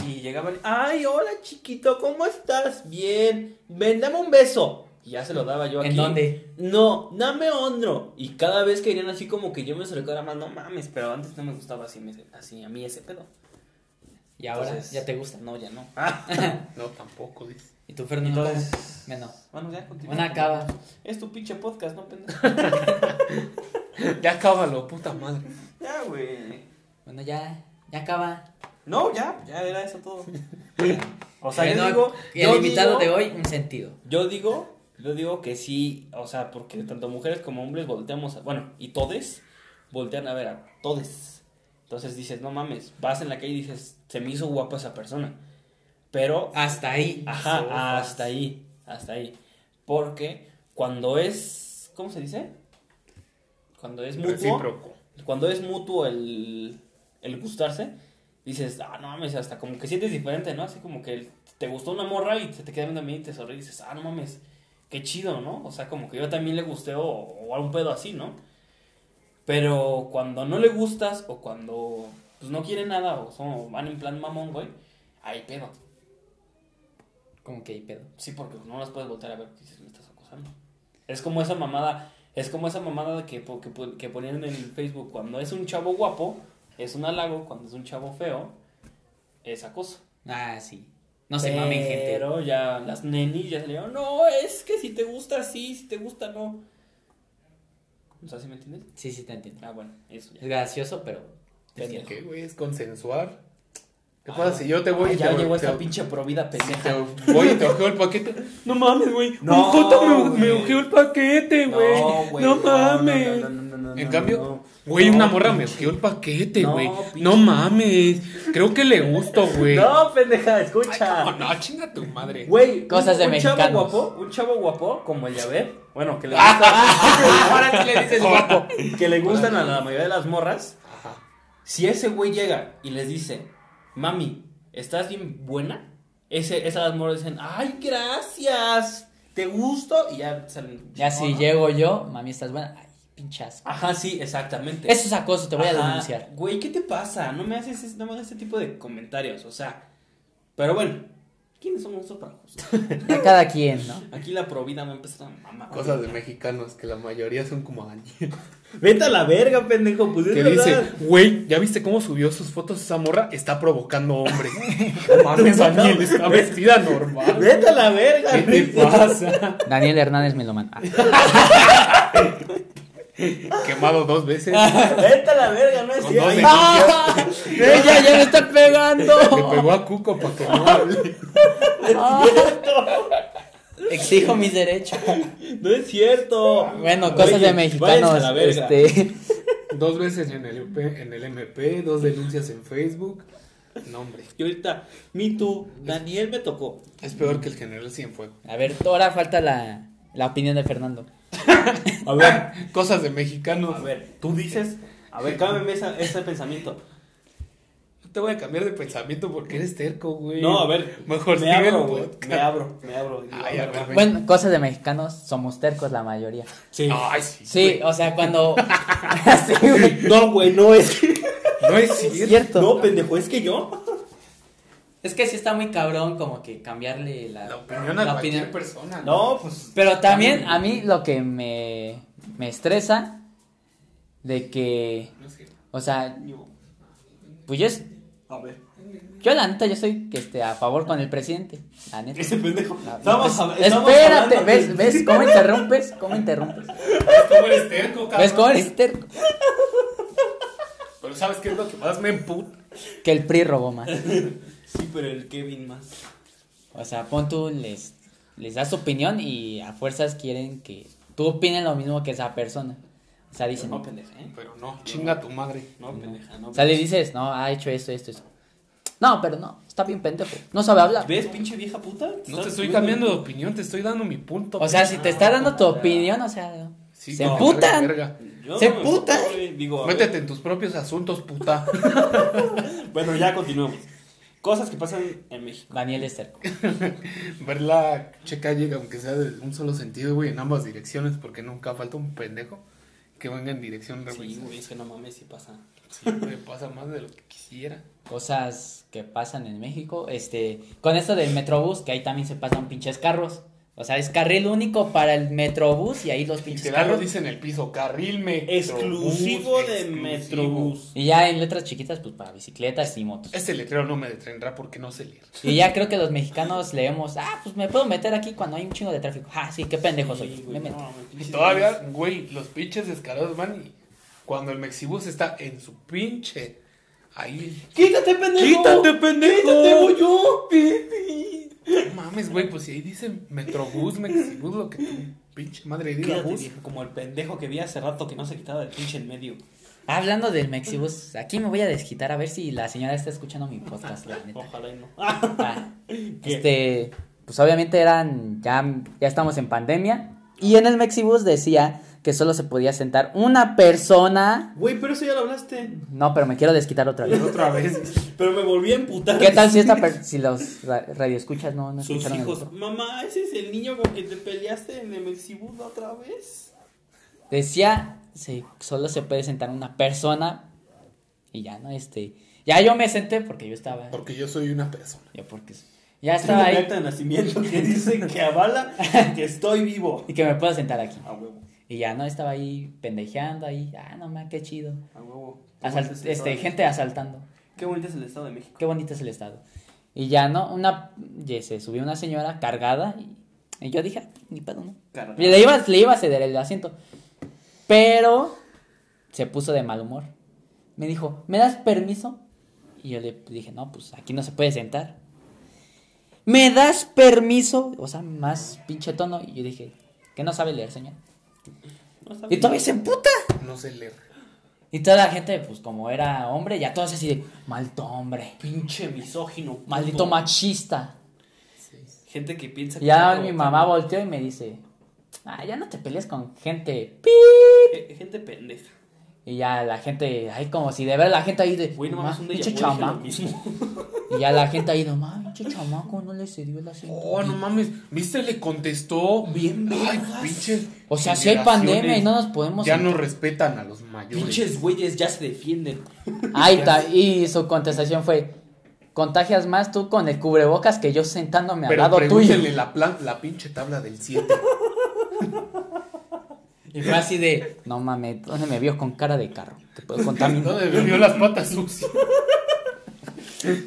B: y llegaban. Ay, hola, chiquito, ¿cómo estás? Bien. Ven, dame un beso. Y ya se lo daba yo aquí.
A: ¿En dónde?
B: No, dame otro. Y cada vez que venían así como que yo me acercara más, no mames, pero antes no me gustaba así, me- así a mí ese pedo.
A: Y ahora
B: Entonces,
A: ya te gusta.
B: No, ya no.
D: No, tampoco, dice.
A: Y tú, Fernando,
B: Entonces-
A: menos.
B: Bueno, ya continúa.
A: Una acaba.
B: Es tu pinche podcast, ¿no, pendejo?
D: Ya acábalo, puta madre.
B: ya, güey.
A: Bueno, ya, ya acaba.
B: No, ya, ya era eso todo. o sea, yo
A: Bueno,
B: digo. yo
A: Eh, el invitado
B: digo-
A: de hoy, un sentido.
B: Yo digo, yo digo que sí, o sea, porque tanto mujeres como hombres volteamos, a- bueno, y todes voltean a ver a todes. Entonces dices, no mames, vas en la calle y dices, se me hizo guapa esa persona. Pero,
A: Hasta ahí.
B: ajá, ah. hasta ahí, hasta ahí. Porque cuando es, ¿cómo se dice? Cuando es mutuo,
D: Recíproco.
B: cuando es mutuo el, el gustarse, dices, ah, no mames, hasta como que sientes diferente, ¿no? Así como que el- te gustó una morra y se te queda viendo a mí y te sonríe y dices, ah, no mames, qué chido, ¿no? O sea, como que yo también le gusté o, o a un pedo así, ¿no? Pero cuando no le gustas o cuando pues, no quiere nada o son, van en plan mamón, güey, hay pedo.
A: Como que ahí pedo.
B: Sí, porque no las puedes voltear a ver porque dices, me estás acosando. Es como esa mamada, es como esa mamada de que, po- que, pon- que ponían en el Facebook. Cuando es un chavo guapo, es un halago. Cuando es un chavo feo, es acoso.
A: Ah, sí. No se mamen, gente.
B: Pero ya las nenis ya salieron. No, es que si te gusta, sí, si te gusta, no. O sea, ¿sí me entiendes?
A: Sí, sí, te entiendo.
B: Ah, bueno, eso ya.
A: Es gracioso, pero. te
B: Pendejo.
A: entiendo.
D: ¿Qué, güey? Es consensuar. ¿Qué
B: Ah,
D: pasa si yo te voy
B: ah,
D: y
B: Ya
D: te,
B: llegó
D: te-
B: esta pinche provida
D: si
B: pendeja.
D: te voy y te ojeo el paquete? No mames, güey.
B: No,
D: un joto me, me
B: güey.
D: ojeó el paquete, güey. No, mames.
B: no, no, no, no,
D: En
B: no,
D: cambio,
B: no.
D: güey,
B: No,
D: una morra me
B: pinche-
D: ojeó el paquete,
B: No,
D: güey.
B: pinche-
D: No, mames. Creo que le gusto, güey.
B: No, pendeja, escucha.
D: Oh, no, chinga tu madre.
B: Güey, un,
C: Cosas de
B: un chavo
C: mexicanos. Ah,
B: guapo, un chavo guapo como el Yaver, bueno, que le gusta,
A: Ahora sí le dices guapo.
B: que le gustan a la mayoría de las morras. Si ese güey llega y les dice, "Mami, ¿estás bien buena?" Ese esas morras dicen, "Ay, gracias. Te gusto." Y ya salen.
C: Ya si
B: Ajá.
C: llego yo, mami, estás buena. Ay, pinchas.
B: Ajá, sí, exactamente.
C: Eso es acoso, te voy a
B: Ajá.
C: denunciar.
B: Güey, ¿qué te pasa? No me haces es- no me hagas este tipo de comentarios, o sea. Pero bueno, ¿quiénes somos nosotros para juzgar?
C: A cada quien, ¿no?
B: Aquí la provida me ha empezado a mamar.
D: Cosas de mexicanos que la mayoría son como Daniel.
B: Vete a la verga, pendejo, pues es
D: Que dice,
B: verdad.
D: güey, ¿ya viste cómo subió sus fotos esa morra? Está provocando hombres. No mames, Daniel, está vestida normal.
B: Vete a la verga.
D: ¿Qué te pasa?
C: Daniel Hernández Melomán. Ah,
D: Quemado dos veces.
B: Vete a la verga, no es
D: Con dos
B: cierto.
C: ¡Ah! ¡Ella ya me está
D: Le
C: pegando!
D: pegó a Cuco para que no hable.
C: Exijo mis derechos.
B: No es cierto.
C: Bueno, cosas
B: Oye,
C: de mexicanos.
B: váyanse a la verga.
C: Este,
D: Dos veces en el, EP, en el MP, dos denuncias en Facebook. No, hombre.
B: Y ahorita, me too, Daniel me tocó.
D: Es peor que el general Cienfuegos.
C: a ver, ahora falta la, la opinión de Fernando.
B: A ver,
D: Cosas de mexicanos.
B: Ah, a ver, tú dices, a ver, cámbiame esa- ese pensamiento.
D: No te voy a cambiar de pensamiento porque eres terco, güey.
B: No, a ver,
D: Mejor
B: me
D: síguelo,
B: abro, güey.
D: podcast.
B: Me abro, me abro. Digo,
D: Ay, a ver, ven.
C: Bueno, cosas de mexicanos, somos tercos la mayoría.
B: Sí.
D: Ay, sí.
C: Sí, o sea, cuando. Sí, güey.
B: No, güey, no es que.
D: No es cierto.
C: Es cierto.
B: No, pendejo, es que yo.
A: Es que sí está muy cabrón como que cambiarle la,
D: La opinión a
A: la
D: cualquier
A: opinión.
D: persona.
B: No, pues.
C: Pero también a mí lo que me, me estresa de que,
D: No es cierto.
C: o sea,
B: yo-
C: pues yo, es-
B: A ver.
C: yo la neta, yo soy este, a favor con el presidente, la neta.
B: Ese pendejo.
C: La-
B: Estamos, hab- estamos
C: Espérate,
B: hablando
C: ¿ves,
B: de-
C: ves cómo interrumpes? ¿Cómo interrumpes?
D: ¿Cómo eres terco, cabrón?
C: ¿Ves cómo este eres terco?
D: Pero ¿sabes qué es lo que más me emputa?
C: Que el PRI robó más.
B: Sí, pero el Kevin más.
C: O sea, pon tú, les, les das opinión y a fuerzas quieren que tú opines lo mismo que esa persona. O sea, dicen,
B: No, pendeja, ¿eh?
D: Pero no, chinga tu madre.
B: No, pendeja, no. pues.
C: o sea, le
B: pendeja.
C: dices, no, ha hecho esto, esto, esto. No, pero no, está bien pendejo, no sabe hablar.
B: ¿Ves, pinche vieja puta?
D: No te
B: Estás
D: estoy
B: subiendo
D: cambiando de
B: el-
D: opinión, te estoy dando mi punto.
C: O sea, si te está dando tu
B: Ah, ya.
C: opinión, o sea,
D: Sí,
C: se
D: no,
C: emputan.
D: verga, verga.
B: Yo
C: Se
B: me
C: puta.
B: puto, güey. Digo, a ver.
D: Métete en tus propios asuntos, puta.
B: Bueno, ya continuamos. Cosas que pasan en México.
C: Daniel es terco.
D: Ver la checa llega, aunque sea de un solo sentido, güey, en ambas direcciones, porque nunca falta un pendejo que venga en dirección
B: Sí,
D: reversa.
B: güey, es que no mames si pasa.
D: Sí, güey, pasa más de lo que quisiera.
C: Cosas que pasan en México, este, con esto del Metrobús, que ahí también se pasan pinches carros. O sea, es carril único para el Metrobús y ahí los pinches
D: Literal lo
C: carros.
D: dice en el piso, carril metrobús.
B: Exclusivo de
D: exclusivo.
B: Metrobús.
C: Y ya en letras chiquitas, pues para bicicletas y motos.
D: Este letrero no me detendrá porque no sé leer.
C: Y ya creo que los mexicanos leemos, ah, pues me puedo meter aquí cuando hay un chingo de tráfico. Ah, sí, qué pendejo soy.
B: Sí, güey,
C: me meto.
B: no mames,
D: Y
B: pinches
D: todavía, güey, los pinches descarados van y cuando el Mexibus está en su pinche. Ahí.
B: Quítate, pendejo.
D: Quítate, pendejo.
B: Quítate, voy yo. Pipi.
D: No mames, güey, pues si ahí dice Metrobús, Mexibus, lo que tu pinche madre diga,
B: Quédate,
D: bus.
B: viejo, como el pendejo que vi hace rato que no se quitaba del pinche en medio.
C: Hablando del Mexibus, aquí me voy a desquitar a ver si la señora está escuchando mi podcast, la neta.
B: Ojalá y no.
C: Ah, este, pues obviamente eran, ya, ya estamos en pandemia. Y en el Mexibus decía que solo se podía sentar una persona.
B: Güey, pero eso ya lo hablaste.
C: No, pero me quiero desquitar otra vez.
D: Otra vez.
B: Pero me volví a emputar.
C: ¿Qué tal si esta per- si los ra- radioescuchas no, no
B: Sus
C: escucharon el
B: hijos.
C: otro?
B: Mamá, ese es el niño con que te peleaste en el Mexibus la otra vez.
C: Decía, se- solo se puede sentar una persona. Y ya, ¿no? Este, ya yo me senté porque yo estaba.
D: Porque yo soy una persona.
C: Yo porque ya
B: Tengo
C: estaba
B: un
C: ahí
B: acta de nacimiento que dice que avala que estoy vivo.
C: y que me puedo sentar aquí.
B: A huevo,
C: Y ya, ¿no? Estaba ahí pendejeando ahí. Ah, no man, qué chido.
B: a huevo. Qué
C: Asal-
B: bonito es el
C: este,
B: Estado de
C: gente asaltando.
B: México. Qué bonito es el Estado de México.
C: Qué bonito es el estado. Y ya no, una, y se subió una señora cargada y, y yo dije, "Ah, ni pedo, ¿no?
B: Cargada.
C: Y Le iba, le iba a ceder el asiento. Pero se puso de mal humor. Me dijo, ¿me das permiso? Y yo le dije, no, pues aquí no se puede sentar. ¿Me das permiso? O sea, más pinche tono. Y yo dije, que no sabe leer, señor.
B: No
C: Y
B: sabía.
C: todavía se emputa.
D: No sé leer.
C: Y toda la gente, pues como era hombre, ya todos así de, maldito hombre,
B: Pinche misógino. puto.
C: maldito machista.
B: Gente que piensa
C: Y
B: que.
C: ya
B: está
C: mi
B: votando.
C: mamá volteó y me dice, ah, ya no te pelees con gente. pi".
B: Eh, Gente pendeja.
C: Y ya la gente, ay, como si de ver la gente ahí de,
B: Güey, no
C: "Ma,
B: mames, un de
C: pinche
B: lo
C: chamaco".
B: mismo.
C: Y ya la gente ahí, no mames, pinche chamaco, no le cedió el asiento.
D: Oh, no mames. ¿Viste? Le contestó.
B: Bien,
D: Ay,
B: vergas.
D: pinches.
C: O sea, si hay pandemia y no nos podemos...
D: Ya no respetan a los mayores.
B: Pinches güeyes ya se defienden.
C: Ahí está, y su contestación fue, contagias más tú con el cubrebocas que yo sentándome al
D: Pero
C: lado tuyo.
D: pregúntenle la, plan- la pinche tabla del 7.
C: Y fue así de, no mames, ¿dónde me vio con cara de carro? Te puedo contaminar.
D: ¿Dónde me vio las patas sucias?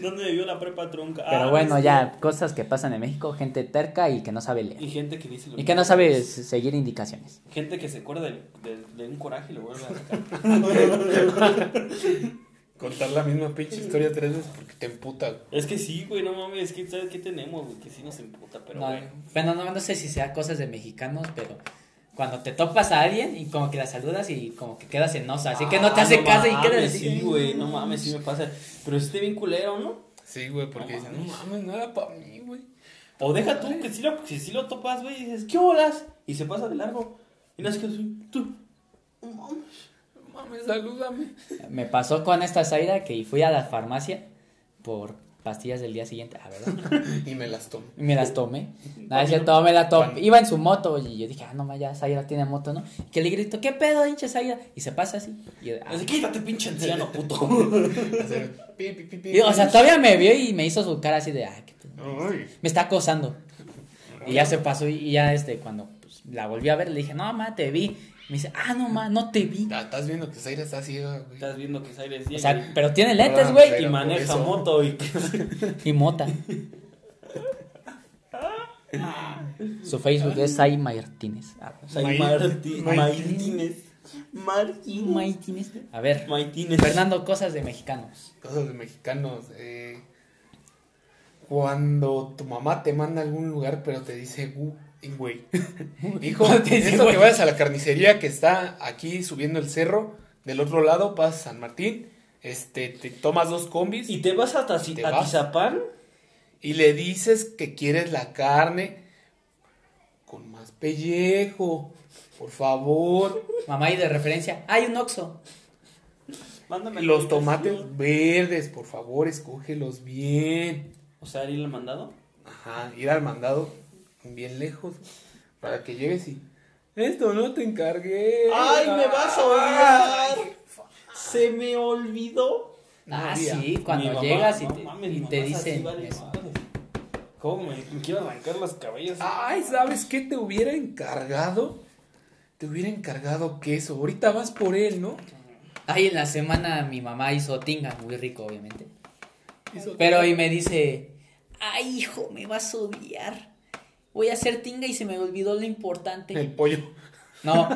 B: ¿Dónde me vio la prepa tronca? Ah,
C: Pero bueno,
B: este.
C: ya, cosas que pasan en México, gente terca y que no sabe leer.
B: Y gente que dice lo
C: Y que no sabe s- seguir indicaciones.
B: Gente que se acuerda del- del- de un coraje y lo vuelve a sacar.
D: Contar la misma pinche historia tres veces porque te emputa. güey.
B: es que sí, güey, no mames, es que ¿sabes qué tenemos, güey? Que sí nos emputa, pero
C: No,
B: güey.
C: bueno, no, no sé si sea cosas de mexicanos, pero cuando te topas a alguien y como que la saludas y como que quedas en osa, así que no te
B: Ah,
C: hace caso y
B: mames,
C: quedas así.
B: Sí, güey, no mames, sí me pasa. Pero este bien culero, ¿no?
D: Sí, güey, porque
B: No
D: dicen, no mames, no era para mí, güey.
B: O deja tú que si lo, si, sí lo topas, güey, y dices, ¿qué bolas? Y se pasa de largo. Y no es que tú. no mames.
D: No mames, salúdame.
C: Me pasó con esta Zaira que fui a la farmacia por pastillas del día siguiente. Ah, ¿verdad?
D: Y me las tomo.
C: Y me las tomé. Nada, es cierto, me la tomé. Iba en su moto y yo dije, ah, no, ma, ya Zaira tiene moto, ¿no? Y que le grito, ¿qué pedo, hinche Zaira? Y se pasa así. Y, yo, ah.
B: Así, quítate, pinche anciano, puto.
D: Hacer pi, pi, pi, pi.
C: Y, o sea, todavía me vio y me hizo su cara así de, ah, qué pedo.
D: Ay.
C: Me está acosando. Y ya se pasó y- y ya, este, cuando pues, la volví a ver, le dije, no, ma, te vi. Me dice, ah, no, ma, no te vi.
D: Ya estás viendo que Zaira está ciega, güey.
B: Estás viendo que Zaire es
C: O
B: ciega,
C: sea,
B: güey,
C: pero tiene lentes,
D: Ah,
C: güey.
D: pero-
B: y
D: por
B: maneja
D: eso.
B: moto y que
C: Y mota. Su Facebook es Sai Martínez. Ah,
B: Saint Martí-
D: Martí-
B: Martínez. Martínez.
C: Martínez. A ver,
B: Martínez.
C: Fernando, cosas de mexicanos.
D: Cosas de mexicanos. eh, cuando tu mamá te manda a algún lugar, pero te dice, "Gu- y güey. Hijo,
C: ¿Cómo te dice,
D: eso
C: güey?
D: que vayas a la carnicería que está aquí subiendo el cerro, del otro lado pasas San Martín, este, te tomas dos combis
B: Y
D: y,
B: te vas a Tazi-
D: Te
B: a
D: vas.
B: Tizapán.
D: le dices que quieres la carne con más pellejo, por favor.
C: Mamá, y de referencia, hay un Oxxo.
B: Mándame
D: Los
B: la
D: tomates
B: ubicación.
D: verdes, por favor, escógelos bien.
B: O sea, Ariel ha mandado.
D: Ajá, ir al mandado bien lejos para que llegues y... Esto no te encargué.
B: odiar! Se me olvidó.
D: No
C: ah,
D: había.
C: sí,
B: Mi
C: cuando
B: mamá,
C: llegas y
B: no
C: te,
B: mames,
C: y
B: mi
C: te
B: mamá es así,
C: dicen
B: vale,
C: eso.
B: madre. ¿Cómo me, me quiero arrancar las cabellas?
D: Ay, ¿sabes qué te hubiera encargado? Te hubiera encargado queso. Ahorita vas por él, ¿no?
C: Ay, en la semana mi mamá hizo tinga, muy rico, obviamente. Pero y me dice, ay, hijo, me vas a odiar. Voy a hacer tinga y se me olvidó lo
D: El
C: importante.
D: pollo.
C: No,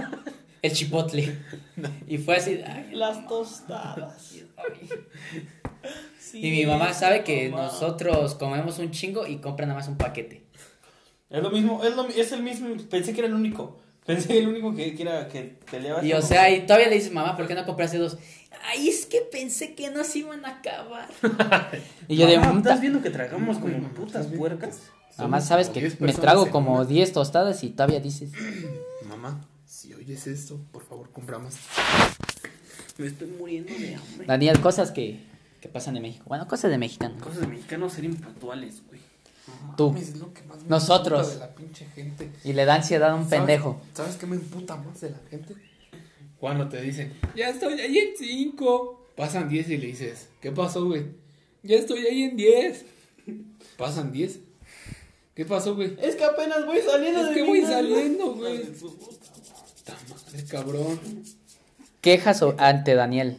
C: el chipotle. Y fue así, ay,
B: Las tostadas.
C: ay.
B: Sí,
C: Y mi mamá sabe que
B: mamá.
C: nosotros comemos un chingo y compra nada más un paquete.
B: Es lo mismo, es, lo, es el mismo. Pensé que era el único. Pensé que el único que, que era que peleaba.
C: Y o sea, y todavía le dices, mamá, ¿por qué no compraste dos? Ay, es que pensé que no se iban a acabar. y yo de
B: Mamá,
C: "Puta".
B: ¿Estás viendo que tragamos como
D: Mamá,
B: putas
D: ¿estás viendo?
B: puercas?
C: Mamá,
D: Somos
C: sabes
D: como
C: que
D: 10
C: me
D: personas
C: trago
D: en
C: como
D: una.
C: 10 tostadas y todavía dices,
D: Mamá, si oyes esto, por favor, compra más.
B: Me estoy muriendo de hambre.
C: Daniel, cosas que, que pasan en México. Bueno, cosas de mexicano.
B: Cosas de mexicanos ser impuntuales, güey.
C: Tú.
D: Mames, es lo que más me
C: Nosotros.
D: emputa De la pinche gente.
C: Y le da ansiedad a un
D: ¿Sabes-
C: pendejo.
D: ¿Sabes qué me emputa más de la gente? Cuando te dicen, ya estoy ahí en 5. Pasan 10 y le dices, ¿qué pasó, güey? Ya estoy ahí en 10. Pasan 10. ¿Qué pasó, güey?
B: Es que apenas voy saliendo
D: Es
B: de
D: que
B: mi
D: voy
B: nana.
D: saliendo, güey. Puta madre, cabrón.
C: Quejas o- ante Daniel.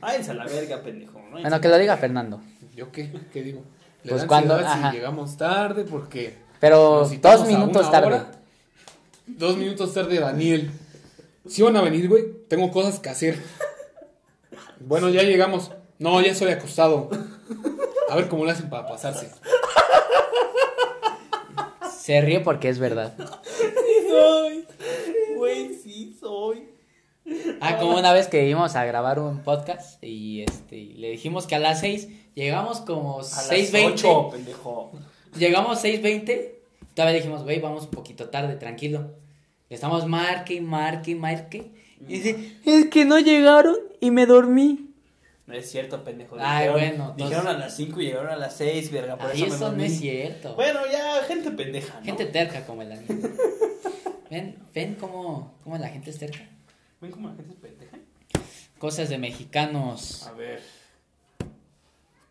B: Váyanse a la verga, pendejo. ¿no?
C: Bueno, que lo diga Fernando.
D: ¿Yo qué? ¿Qué digo? Le
C: Pues
D: da
C: cuando-
D: ansiedad
C: ajá.
D: si llegamos tarde, porque.
C: Pero
D: nos citamos
C: dos
D: a
C: minutos
D: una
C: tarde.
D: hora. Dos minutos tarde, Daniel. Si van a venir, güey, tengo cosas que hacer. Bueno, ya llegamos. No, ya soy acostado. A ver cómo lo hacen para pasarse.
C: Se ríe porque es verdad.
B: soy. Güey, sí soy.
C: Ah, como una vez que íbamos a grabar un podcast y este le dijimos que a las 6 llegamos como
B: A las
C: 6.20.
B: ocho, pendejo.
C: Llegamos 6.20. Todavía dijimos, güey, vamos un poquito tarde, tranquilo. Le estamos marque y marque y marque. Y dice, es que no llegaron y me dormí.
B: No es cierto, pendejo.
C: Ay,
B: Dijeron-
C: bueno, entonces-
B: Dijeron a las 5 y llegaron a las 6, verga. Por
C: Ay,
B: eso, me
C: eso no
B: dormí.
C: es cierto.
B: Bueno, ya, gente pendeja. ¿no?
C: Gente terca como el Daniel. ¿Ven, ven cómo, cómo la gente es terca?
B: Ven como la gente es pendeja.
C: Cosas de mexicanos.
B: A ver.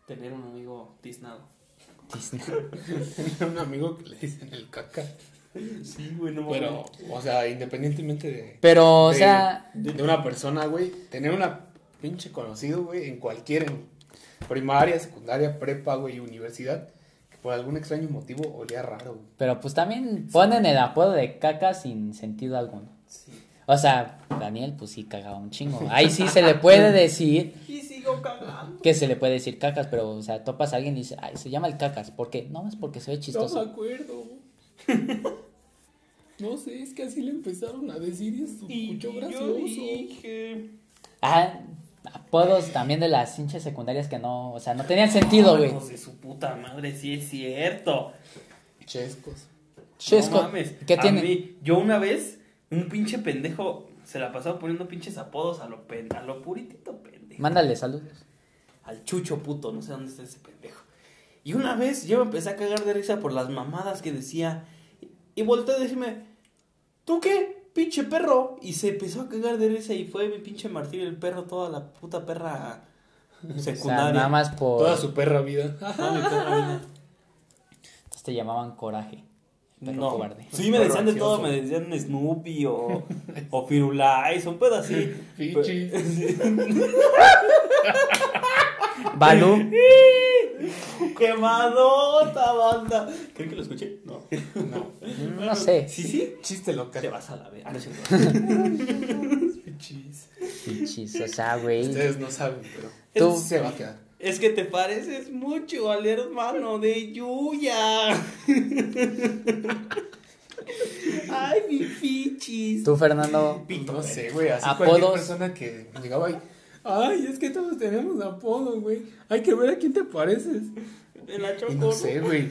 B: Tener un amigo tiznado.
D: Tenía un amigo que le dicen el caca.
B: Sí, güey, no
D: Pero, o sea, independientemente de.
C: Pero, o
D: de-
C: sea,
D: De, una persona, güey. Tener una pinche conocido, güey, en cualquier. en primaria, secundaria, prepa, güey, universidad. Que por algún extraño motivo olía raro, güey.
C: pero pues también ponen el apodo de caca sin sentido alguno.
B: Sí.
C: O sea, Daniel, pues sí cagaba un chingo. Ahí sí se le puede decir
B: Y sigo cagando.
C: que se le puede decir cacas, pero, o sea, topas a alguien y dice, ay, se llama el cacas. ¿Por qué? No, es porque se ve
D: No
C: chistoso.
D: me acuerdo. No sé, es que así le empezaron a decir y se escuchó gracioso.
B: dije.
C: Ah, apodos también de las hinchas secundarias que no, o sea, no tenían sentido, güey.
B: Hijos de su puta madre, sí es cierto.
D: Chescos.
C: Chesco,
B: No mames.
C: ¿qué
B: a
C: tiene?
B: mí, yo una vez, un pinche pendejo se la pasaba poniendo pinches apodos a lo, pen- a lo puritito pendejo.
C: Mándale saludos.
B: Al chucho puto, no sé dónde está ese pendejo. Y una vez yo me empecé a cagar de risa por las mamadas que decía. Y, y volteé a decirme, ¿tú qué? Pinche perro. Y se empezó a cagar de risa y fue mi pinche martirio el perro, toda la puta perra
C: O sea,
B: secundaria.
C: nada más por...
D: Toda su perra vida.
B: Toda mi perra vida.
C: Entonces te este, llamaban coraje. Perro
B: no.
C: cobarde.
B: Sí, me
D: Perro
B: decían de
D: ansioso.
B: todo, me decían Snoopy o, o Firulais, un pedo así.
D: Pichi.
C: Balú.
B: ¡Quemadota, banda! ¿Creen que lo escuché? No.
D: No.
C: No sé.
B: Sí, sí.
D: Chiste
B: Te
D: local.
B: vas a la ver. Ah, no es cierto.
D: Pichis.
C: Pinches, o sea, güey.
D: Ustedes no saben, pero.
C: Tú-
D: Esto sí se va a quedar.
B: Es que te pareces mucho al hermano de Yuya. Ay, mi fichis.
C: Tú, Fernando.
B: Pito,
D: No sé, güey. Así
C: Apodos.
D: cualquier persona que llegaba y. Ay, es que todos tenemos apodos, güey. Hay que ver a quién te pareces.
B: En la
D: Y
B: choco.
D: no sé, güey.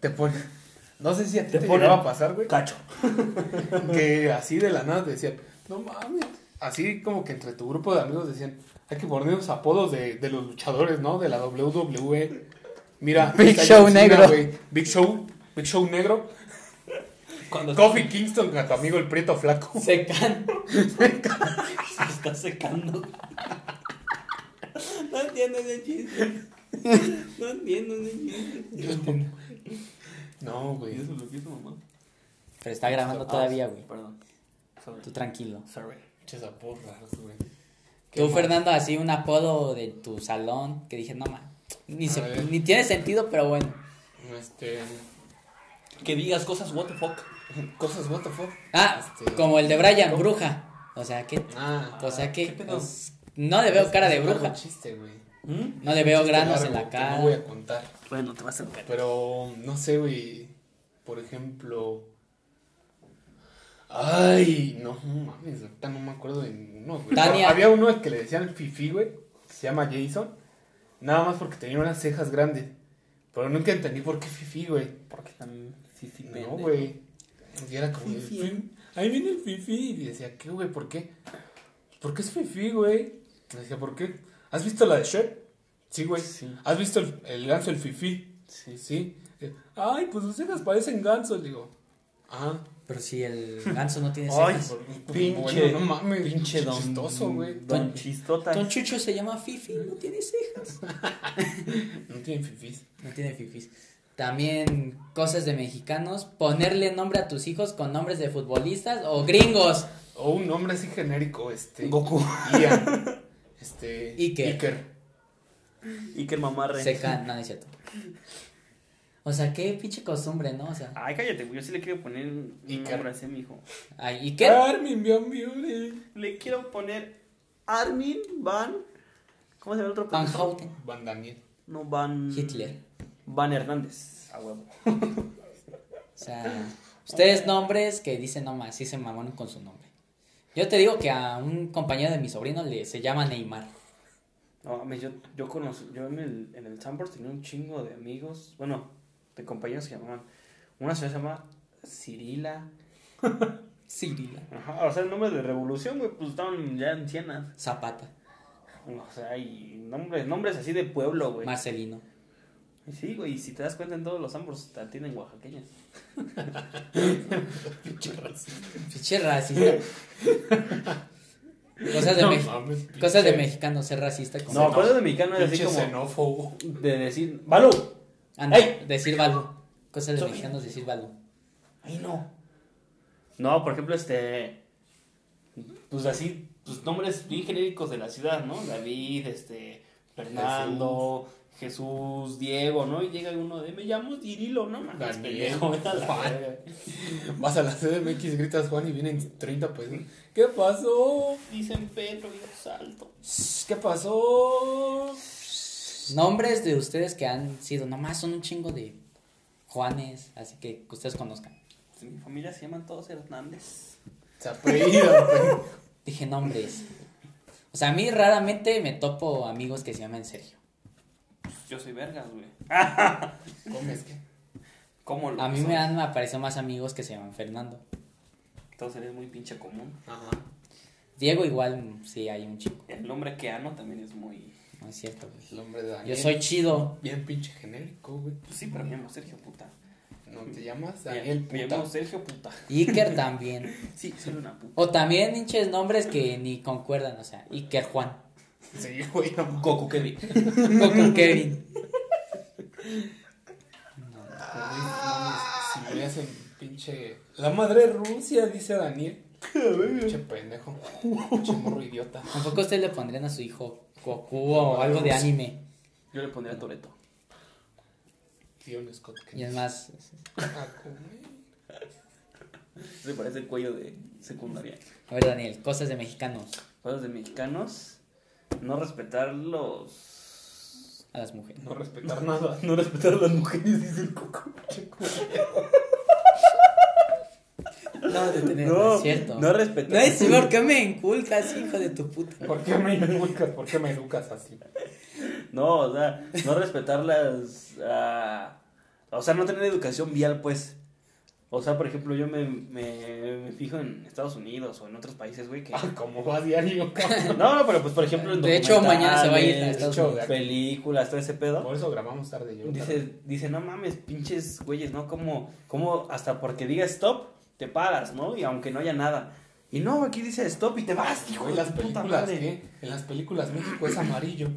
D: Te pone. No sé si a ti
B: Te
D: te,
B: ponen-
D: llegaba a pasar, güey.
B: Cacho.
D: que así de la nada decían, no mames. Así como que entre tu grupo de amigos decían, hay que ponernos apodos de, de los luchadores, ¿no? De la WWE. Mira,
C: Big
D: está
C: Show
D: John Cena,
C: Negro.
D: güey. Big Show, Big Show Negro.
B: Cuando
D: Coffee Kingston con tu amigo el Prieto Flaco.
C: Se can.
B: se está secando. No entiendo ese chiste. No entiendo ese chiste.
D: No,
B: Y
D: güey.
B: eso es lo que hizo mamá.
C: Pero está grabando
B: Ah,
C: todavía, güey.
B: Perdón. Sorry.
C: Tú tranquilo.
B: Sorry.
D: Muchas apodos raros, güey. Qué
C: Tú,
D: mal.
C: Fernando, así un apodo de tu salón que dije, no, ma. Ni,
D: A
C: se-
D: ver.
C: ni tiene sentido, pero bueno.
D: Este.
B: Que digas cosas, what the fuck.
D: Cosas, what the fuck.
C: Ah,
D: Este-
C: como el de Brian, bruja. O sea, que.
D: Ah,
C: O sea,
B: ¿qué
C: que.
B: pedo?
C: pues, no le veo cara de
D: es un
C: bruja.
D: chiste, güey.
B: ¿Mm?
C: No le veo
D: Chiste
C: granos en la
D: largo que No voy a
C: cara.
D: contar.
B: Bueno, te vas a encargar.
D: Pero, no sé, güey. Por ejemplo. Ay, no mames, ahorita no me acuerdo de ninguno, güey.
C: Tania.
D: Había uno al que le decían Fifi, güey. que Se llama Jason. Nada más porque tenía unas cejas grandes. Pero nunca entendí por qué Fifi, güey.
B: Porque también. Sí, sí,
D: No,
B: pendejo.
D: güey. Y era como. el
B: Fifi.
D: fin- Ahí viene el Fifi. Y decía, ¿qué, güey? ¿Por qué? ¿Por qué es Fifi, güey? Y decía, ¿por qué? ¿Has visto la de Shrek? Sí, güey.
B: Sí.
D: ¿Has visto el, el ganso, el Fifi?
B: Sí.
D: Sí. Ay, pues sus cejas parecen gansos, digo. Ah,
C: Pero si el ganso no tiene
B: Ay,
C: cejas.
B: pinche.
D: Bueno, no mames,
B: Pinche don.
D: chistoso, güey.
B: Don chistota.
C: Don Chucho se llama Fifi, no tiene cejas.
D: no tienen fifís.
C: No tiene fifis. También cosas de mexicanos. Ponerle nombre a tus hijos con nombres de futbolistas o gringos.
D: O un nombre así genérico, este.
B: Goku.
D: Ian. Este.
C: Iker.
B: Y que mamarre.
C: Se can... No, no es cierto. O sea, qué pinche costumbre, ¿no? O sea,
B: Ay, cállate, güey. Yo sí le quiero poner un
D: Y que-
B: nombre así a mi hijo.
C: ay, ¿y qué?
B: Eh.
D: Carmen, Van Buren.
B: Le quiero poner Armin Van. ¿Cómo se llama el otro?
C: Van
B: pendejo?
C: Houten,
D: Van Daniel.
B: No, Van.
C: Hitler.
B: Van Hernández. A huevo.
C: O sea, ustedes nombres que dicen nomás, sí se mamaron con su nombre. Yo te digo que a un compañero de mi sobrino le se llama Neymar.
B: No, mames, yo, yo conocí. Yo en el, en el Sanborns tenía un chingo de amigos. Bueno, de compañeros que llamaban. Una se llama Cirila.
C: Cirila.
B: Ajá, o sea, el nombre de revolución, güey, pues estaban ya ancianas.
C: Zapata.
B: O sea, y nombres, nombres así de pueblo, güey.
C: Marcelino.
B: Y Sí, güey, y si te das cuenta en todos los ambos te tienen oaxaqueñas.
C: Pinche racista. Cosas de,
D: No
C: Mex-
D: mames,
C: cosas de
D: pinche-
C: mexicano, ser racista. Con
B: No, cosas de mexicano es así
D: Pinche
B: como
D: xenófobo.
B: de decir, ¡Balú!
C: Anda,
B: ¡Ey!
C: Ah, decir balú. Cosas de
B: Soy-
C: mexicanos, decir balú.
B: ¡Ay, no! No, por ejemplo, este. Pues así, pues nombres bien genéricos de la ciudad, ¿no? David, este. Fernando, Jesús, Diego, ¿no? Y llega uno de, me llamo Dirilo, ¿no? Mames,
D: Daniel,
B: pendejo, vete a la
D: Juan.
B: verga.
D: Vas a la CDMX, gritas Juan y vienen 30 pesos. ¿Qué pasó?
B: Dicen Pedro y yo salto.
D: ¿Qué pasó?
C: Nombres de ustedes que han sido, nomás son un chingo de Juanes, así que que ustedes conozcan.
B: Pues En mi familia se llaman todos Hernández.
D: Se apellida, güey.
C: Dije nombres. O sea, a mí raramente me topo amigos que se llaman Sergio.
B: Pues Yo soy vergas, güey.
D: ¿Comes qué?
B: ¿Cómo lo
C: A mí
B: son?
C: me han aparecido más amigos que se llaman Fernando.
B: Entonces eres muy pinche común.
D: Ajá.
C: Diego igual, mm, sí, hay un chico.
B: El nombre Keano también es muy.
C: No es cierto, güey.
D: El hombre de
C: Yo
D: Daniel.
C: soy chido.
D: Bien pinche genérico, güey.
B: Pues sí, pero me llamo Sergio puta.
D: No te llamas
B: Me-
D: Daniel,
B: Me
D: puta.
B: llamo Sergio puta.
C: Iker también.
B: Sí, soy una puta.
C: O también hinches nombres que ni concuerdan, o sea, Iker Juan.
D: Sí, güey, no mames.
B: Goku Kevin.
C: Coco Kevin.
D: Si me hacen pinche. La madre Rusia, dice Daniel. Pinche pendejo. Pinche morro idiota.
C: Tampoco ustedes le pondrían a su hijo Goku o algo de anime.
B: Yo le pondría Toreto.
D: Tío Scott.
C: Y es más,
D: A comer.
B: Se parece el cuello de secundaria.
C: a ver Daniel, cosas de mexicanos
B: Cosas de mexicanos. No respetar los.
C: a las mujeres.
D: No respetar nada.
B: No respetar a las mujeres, dice el coco.
C: No, de tener, no,
B: No,
C: es cierto.
B: no respetar.
C: No es ¿por qué me inculcas, hijo de tu puta?
D: ¿Por qué me educas? ¿Por qué me educas así?
B: No, o sea, no respetar las. ah, o sea, no tener educación vial, pues. O sea, por ejemplo, yo me, me, me fijo en Estados Unidos o en otros países, güey, que.
D: Ah, como vas diario, cabrón.
B: No, no, pero pues, por ejemplo, en
C: De hecho, mañana se va a ir a
B: documentales,
C: Estados
D: hecho,
C: Unidos.
B: películas, todo ese pedo.
D: Por eso grabamos tarde yo. tarde.
B: Dice, dice, no mames, pinches güeyes, ¿no? Como, como hasta porque diga stop, te paras, ¿no? Y aunque no haya nada. Y no, aquí dice stop y te vas, hijo de
D: Güey, las
B: tu puta
D: películas,
B: madre.
D: ¿qué? En las películas México es amarillo.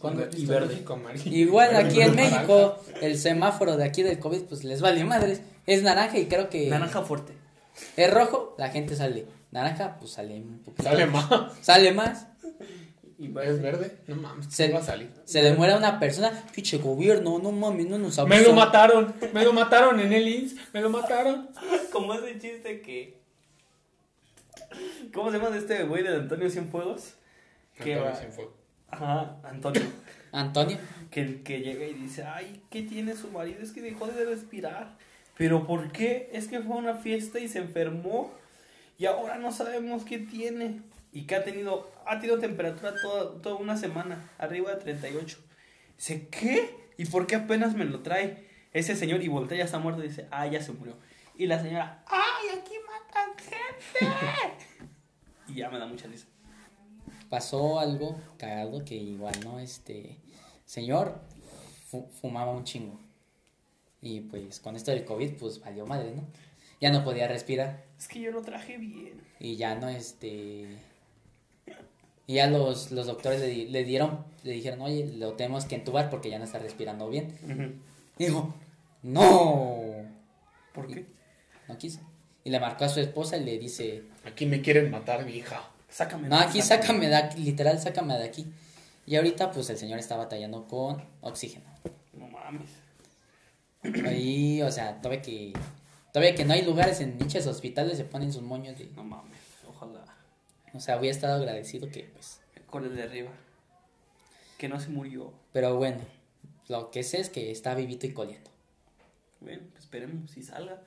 D: ¿Cuándo has
B: Y
D: visto
B: verde.
D: México amarillo?
C: Igual
D: Verde,
C: aquí en
D: naranja.
C: México, el semáforo de aquí del COVID, pues les vale madres. Es naranja y creo que
B: Naranja fuerte.
C: es rojo, la gente sale. Naranja, pues sale un poquito.
D: Sale más.
C: Sale más.
D: ¿Y es verde? No mames,
C: Se-
D: se va a salir.
C: Se le muere a una persona. Pinche gobierno, no mames, no nos
D: Me lo
C: abusó.
D: mataron, me lo mataron en el INS, me lo mataron.
B: Como ese chiste que. ¿Cómo se llama de este güey de Antonio Cienfuegos? Que va- Ajá, Antonio.
C: Antonio,
B: que, que llega y dice: Ay, ¿qué tiene su marido? Es que dejó de respirar. ¿Pero por qué? Es que fue a una fiesta y se enfermó. Y ahora no sabemos qué tiene. Y que ha tenido. Ha tenido temperatura toda, toda una semana, arriba de 38. Dice: ¿Qué? ¿Y por qué apenas me lo trae? Ese señor y voltea, ya está muerto. y Dice: Ah, ya se murió. Y la señora: ¡Ay, aquí matan gente! y ya me da mucha risa.
C: pasó algo cagado que igual, ¿no? Este señor fu- fumaba un chingo. Y pues con esto del COVID, pues valió madre, ¿no? Ya no podía respirar.
B: Es que yo lo traje bien.
C: Y ya no, este. Y ya los, los doctores le, di- le dieron, le dijeron, oye, lo tenemos que entubar porque ya no está respirando bien. Y dijo, no,
B: ¿Por qué?
C: no quiso. Y le marcó a su esposa y le dice,
D: Aquí me quieren matar, mi hija.
B: Sácame.
C: no, aquí sácame de aquí, literal, sácame de aquí.
A: Y ahorita, pues, el señor está batallando con oxígeno.
B: No mames.
A: Ahí, o sea, todavía que, todavía que no hay lugares en pinches hospitales, se ponen sus moños de...
B: No mames. Ojalá.
A: O sea, hubiera estado agradecido que, pues...
B: Con el de arriba. Que no se murió.
A: Pero bueno, lo que sé es que está vivito y coleando.
B: Bueno, pues esperemos si salga.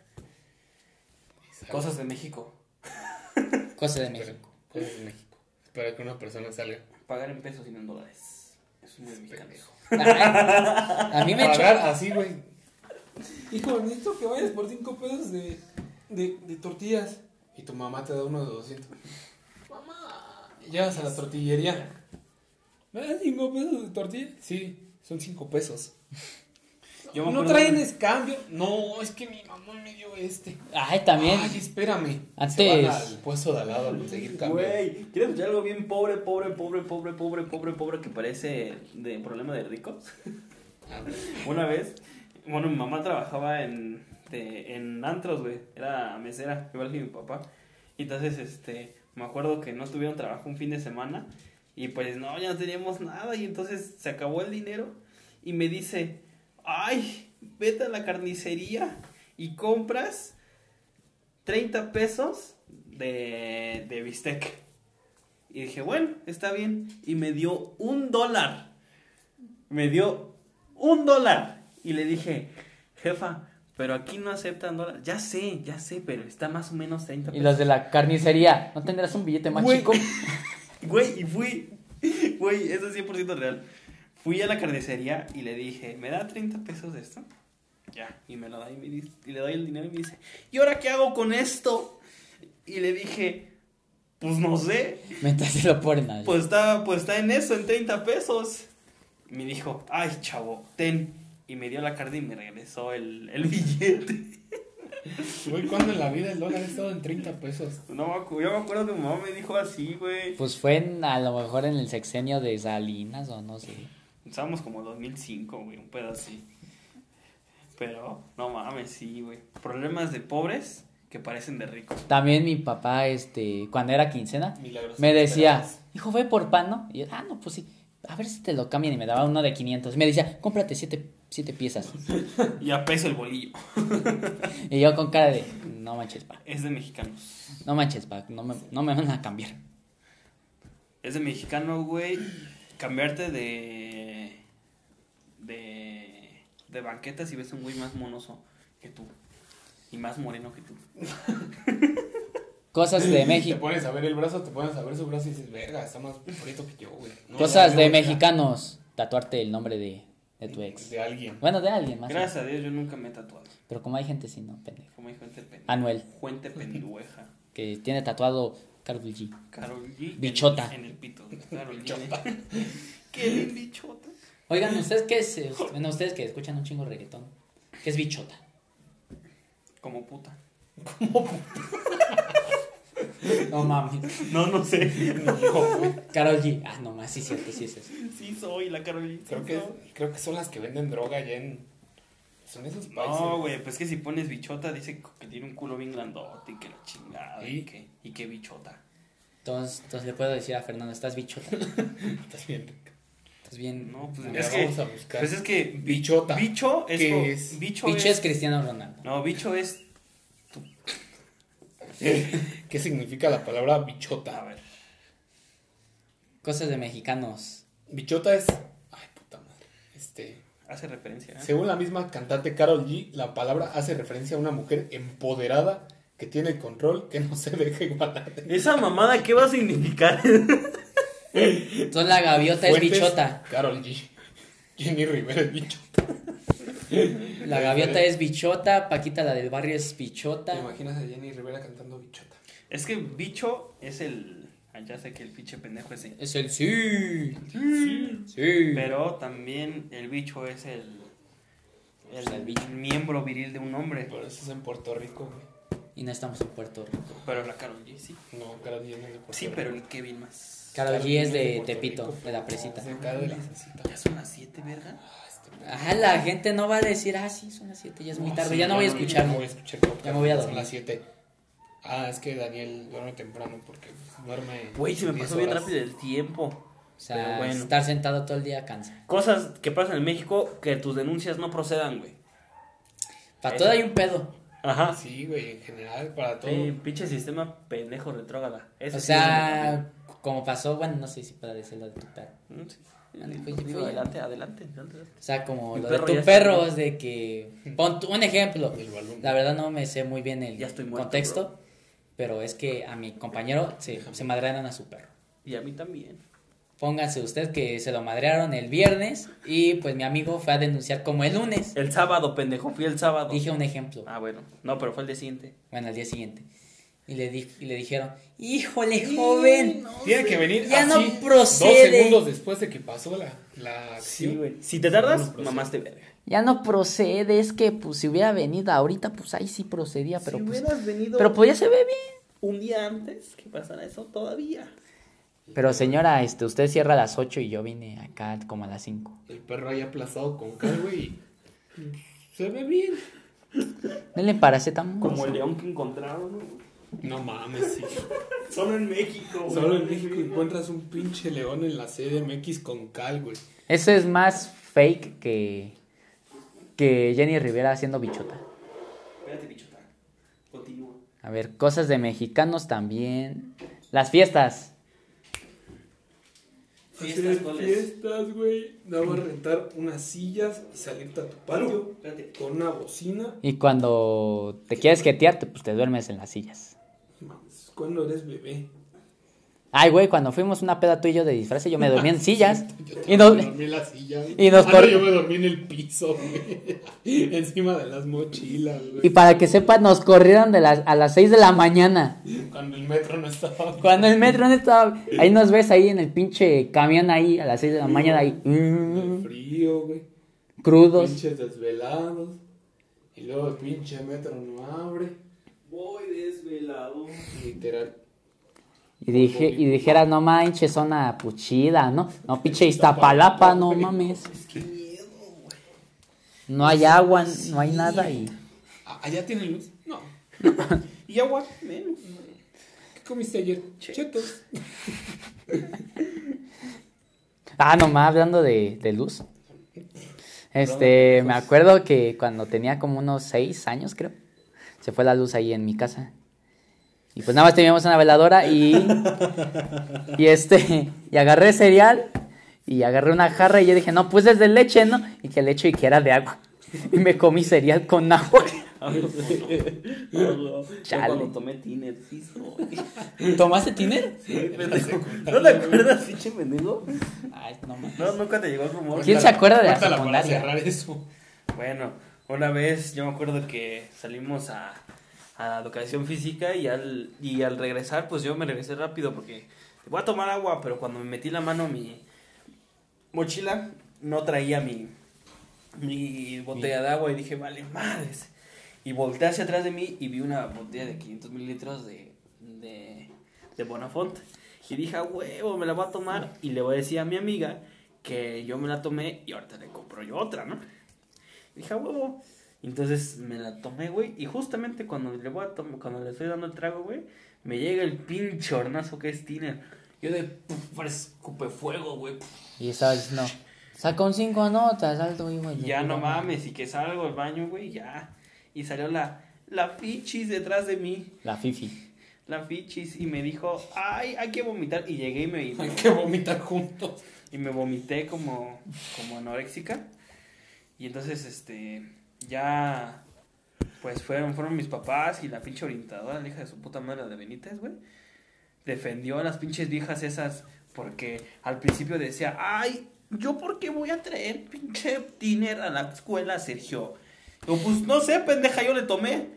B: Cosas de México.
A: Cosa de México.
D: Cosas de México. Espera que una persona salga.
B: Pagar en pesos y no en dólares. Eso es muy mexicano.
A: Ay, a mí me
D: Pagar
A: echó...
D: así, güey.
E: Hijo, necesito que vayas por 5 pesos de, de, de tortillas.
D: Y tu mamá te da uno de 200.
E: Llevas a la tortillería. ¿Me das 5 pesos de tortilla?
D: Sí, son 5 pesos.
B: Yo me
E: no
B: acuerdo-
E: traen es cambio. No, es que mi mamá me dio este.
A: Ay, también.
D: Ay, espérame. Se
A: Antes-
D: van al puesto de al lado a conseguir cambio.
B: Güey, ¿quieres escuchar algo bien pobre, pobre, pobre, pobre, pobre, pobre, pobre que parece de problema de ricos? Una vez, bueno, mi mamá trabajaba en, de- en antros, güey. Era mesera, igual que mi papá. Y entonces, este, me acuerdo que no tuvieron trabajo un fin de semana. Y pues, no, ya no teníamos nada. Y entonces se acabó el dinero. Y me dice, ay, vete a la carnicería y compras 30 pesos de, de bistec. Y dije, bueno, está bien. Y me dio un dólar. Me dio un dólar. Y le dije, jefa, pero aquí no aceptan dólares. Ya sé, ya sé, pero está más o menos 30
C: Y
B: pesos.
C: los de la carnicería, ¿no tendrás un billete más
B: Güey.
C: chico?
B: Güey, y fui. Güey, eso es 100% real. Fui a la carnicería y le dije, ¿me da 30 pesos de esto? Ya. Y me lo da y, me dice- y le doy el dinero y me dice, ¿y ahora qué hago con esto? Y le dije, pues no sé.
A: Mientras se lo ponen ahí.
B: Pues está, pues está en eso, en 30 pesos. Me dijo, ay, chavo, ten. Y me dio la carta y me regresó el, el billete.
D: Güey, ¿cuándo en la vida el dólar ha estado en 30 pesos?
B: No, me acu- yo me acuerdo que mi mamá me dijo así, güey.
A: Pues fue en- a lo mejor en el sexenio de Salinas o no sé.
B: Estábamos como 2005, güey, un pedo así. Pero, no mames, sí, güey. Problemas de pobres que parecen de ricos.
C: También mi papá, este, cuando era quincena,
D: Milagros.
C: me decía, hijo, ve por pan, ¿no? Y yo, ah, no, pues sí, a ver si te lo cambian y me daba uno de 500. Y me decía, cómprate siete, siete piezas.
B: Y a peso el bolillo.
C: Y yo con cara de, no manches, pa,
B: Es de mexicanos.
C: no manches, pa, no me, no me van a cambiar.
B: Es de mexicano, güey. Cambiarte de. de. de banqueta si ves un güey más monoso que tú. Y más moreno que tú.
C: Cosas de
D: Te
C: México,
D: pones a ver el brazo, te pones a ver su brazo y dices, verga, está más frito que yo, güey. No,
C: cosas
D: ya,
C: de
D: ya, ya.
C: mexicanos, tatuarte el nombre de, de tu ex.
D: De alguien.
C: Bueno, de alguien más.
B: Gracias a Dios yo nunca me he tatuado.
C: Pero como hay gente así, no, pendejo.
B: Como dijo gente pendeja.
C: Anuel,
B: Fuente pendueja.
C: que tiene tatuado Carlos G.
B: Carol G. en-
C: Bichota.
B: En, el pito. Carol G. Qué bien bichota.
A: Oigan, ¿ustedes qué es? eh, Bueno, ustedes que escuchan un chingo de reggaetón. ¿Qué es bichota?
B: Como puta.
A: No mames.
B: No, no sé.
A: Carol G. Ah, no más, sí, cierto, sí es eso.
B: Sí soy la Carol G. sí
D: Creo que,
B: soy.
D: creo que son las que venden droga allá en. Son esos países.
B: No, güey, pues que si pones bichota dice que tiene un culo bien grandote y que la chingada y
D: ¿Y?
B: que, y que bichota.
A: Entonces, entonces le puedo decir a Fernando, estás bichota.
D: Estás bien rica.
A: Estás bien.
B: No, pues
D: Ya
B: es que,
D: vamos a buscar.
B: pues es que bi-
D: Bichota.
B: Bicho es,
D: ¿Qué
B: co-
D: es?
B: bicho
A: Bicho es
B: es,
A: Cristiano Ronaldo.
B: no, bicho es,
D: ¿Qué significa la palabra
B: a
D: bichota?
B: ver,
A: Cosas de mexicanos.
D: Bichota es. Ay, puta madre. Este.
B: hace referencia. ¿eh?
D: Según la misma cantante Carol G, la palabra hace referencia a una mujer empoderada que tiene el control, que no se deja igualar.
B: Esa mamada qué va a significar?
A: Entonces la gaviota es
D: Fuentes,
A: bichota.
D: Carol G. Jenny Rivera es bichota.
A: La gaviota es bichota. Paquita, la del barrio, es bichota.
D: ¿Te imaginas a Jenny Rivera cantando bichota?
B: es que bicho es el, ah, ya sé que el pinche pendejo es el,
A: Es el sí. Sí. Sí.
B: pero también el bicho es el, el,
A: El bicho.
B: miembro viril de un hombre,
D: Pero eso es en Puerto Rico, güey.
A: Y no estamos en Puerto Rico.
B: pero la Carol G sí,
D: No, Carol G no es de Puerto
B: sí,
D: Rico.
B: pero el Kevin más.
A: Carol G
D: G
A: es
D: no
A: de
D: Puerto
A: Tepito,
D: Rico,
A: de la
D: no,
A: presita.
D: es de acá de la presita.
B: Ya son las 7, verga.
D: Ah, este-
A: Ajá, la gente no va a decir, ah, sí, son las 7, ya es muy
D: No,
A: tarde,
D: sí,
A: ya no voy a
D: Ya no voy
A: escuchar.
D: a escuchar.
A: Ya me voy a
D: Son
A: dormir.
D: las 7. Ah, es que Daniel duerme temprano porque pues, duerme.
B: Güey, se me
D: 10
B: pasó bien
D: horas.
B: rápido el tiempo.
A: O sea,
B: Pero bueno.
A: estar sentado todo el día cansa.
B: Cosas que pasan en México que tus denuncias no procedan, güey.
A: Para
B: Eso.
A: todo hay un pedo.
B: Ajá.
D: Sí, güey, en general, para todo.
B: Sí, pinche sistema pendejo retrógrada. Eso
A: O
B: sí es
A: sea, como pasó, bueno, no sé si para decir lo de tu perro.
B: lo que- Mm, sí.
A: Ándale, pues,
B: Digo,
A: fui.
B: adelante, adelante, adelante.
A: O sea, como
B: Mi
A: lo
B: perro
A: de
B: ya
A: tu
B: está
A: perro,
B: muerto.
A: es de que. Pon tu- un ejemplo.
D: El balón.
A: La verdad no me sé muy bien el
B: Ya estoy muerto,
A: contexto, pero es que a mi compañero se, se madrearon a su perro.
B: Y a mí también.
A: Pónganse usted que se lo madrearon el viernes y pues mi amigo fue a denunciar como el lunes.
B: El sábado, pendejo, fui el sábado.
A: Dije un ejemplo.
B: Ah, bueno. No, pero fue el día siguiente.
A: Bueno, al día siguiente. Y le, di- y le dijeron, híjole, joven.
D: Tiene que venir
A: Ya no
D: así,
A: procede.
D: dos segundos después de que pasó la, la acción.
B: Si te tardas,
D: No, no,
B: mamás te verga.
C: Ya no procede, es que pues si hubiera venido ahorita, pues ahí sí procedía, pero
B: si
C: pues.
B: hubieras venido
C: Pero pues ya se ve bien.
B: un día antes, que pasara eso todavía.
C: Pero señora, este, usted cierra a las 8 y yo vine acá como a las 5.
D: El perro ahí aplastado con cal, güey. y Se ve bien.
C: Denle paracetamol.
B: Como el león que encontraron, ¿no?
D: No mames, sí.
B: Solo en México, güey.
D: Solo en México encuentras un pinche león en la CDMX con cal, güey.
C: Eso es más fake que. que Jenny Rivera haciendo bichota.
B: Espérate, bichota. Continúa.
C: A ver, cosas de mexicanos también. Las fiestas.
B: Fiestas,
D: Hacer
B: ¿cuáles?
D: Fiestas, güey. Nada más rentar unas sillas y salirte a tu patio
B: Espérate.
D: con una bocina.
C: Y cuando te quieres jetearte, pues te duermes en las sillas.
D: Mames, Cuando eres bebé.
C: Ay, güey, cuando fuimos una peda tú y yo de disfraz, yo me dormí en sillas.
D: Yo
C: Y
D: también
C: no-
D: me dormí en la silla. güey.
C: y nos
D: Ah, no,
C: cor-
D: yo me dormí en el piso, güey. Encima de las mochilas, güey.
C: Y para que sepan, nos corrieron de las, a las 6 de la mañana.
D: Cuando el metro no estaba.
C: Cuando el metro no estaba. Ahí nos ves ahí en el pinche camión ahí a las 6 de la mañana ahí.
D: El
C: mm,
D: frío, güey.
C: crudos.
D: Pinches desvelados. Y luego el pinche metro no abre.
B: Voy desvelado.
D: Literal.
C: Y dije, y dijeras, no manches, zona puchida, ¿no? No, pinche Iztapalapa, no mames. No hay agua, no hay nada y.
D: Ah, ¿Allá tienen luz? No.
B: Y agua, menos.
D: ¿Qué comiste ayer? Chetos.
C: Ah, nomás hablando de, de luz. Este, me acuerdo que cuando tenía como unos seis años, creo, se fue la luz ahí en mi casa. Y pues nada más teníamos una veladora y. Y este, y agarré cereal y agarré una jarra y yo dije, no, pues es de leche, ¿no? Y que leche y que era de agua. Y me comí cereal con agua. Chale.
B: Cuando tomé Tiner, sí, soy.
A: ¿Tomaste tiner?
B: Pendejo. ¿No te acuerdas, pinche pendejo?
A: Ay, no mames.
B: No, nunca te llegó el rumor.
C: ¿Quién se acuerda de la
D: Cuéntala para
C: secundaria?
D: cerrar eso.
B: Bueno, una vez yo me acuerdo que salimos a, a educación física y al, y al regresar, pues yo me regresé rápido porque voy a tomar agua, pero cuando me metí la mano a mi mochila, no traía mi, mi botella de agua y dije, vale, madres. Y volteé hacia atrás de mí y vi una botella de 500 mililitros de, de, de Bonafont. Y dije, a huevo, me la voy a tomar. Y le voy a decir a mi amiga que yo me la tomé y ahorita le compro yo otra, ¿no? Dije, a huevo. Entonces me la tomé, güey. Y justamente cuando le voy a tom- cuando le estoy dando el trago, güey, me llega el pinche hornazo que es Tiner. Yo de puf, parece fuego, güey. puf.
C: Y sabes, no. Sacó un cinco notas, alto, hijo. de
B: Y ya no
C: puta madre.
B: mames, y que salgo al baño, güey, ya. Y salió la, la fichis detrás de mí.
C: La fifi.
B: La fichis. Y me dijo, ay, hay que vomitar. Y llegué y me, y
D: Hay
B: me,
D: que vomitar juntos.
B: y me vomité como, como anoréxica. Y entonces, este, ya, pues fueron, fueron mis papás y la pinche orientadora, la hija de su puta madre, la de Benítez, güey. Defendió a las pinches viejas esas porque al principio decía, ay, ¿yo por qué voy a traer pinche tiner a la escuela, Sergio? Yo, pues, no sé, pendeja, yo le tomé.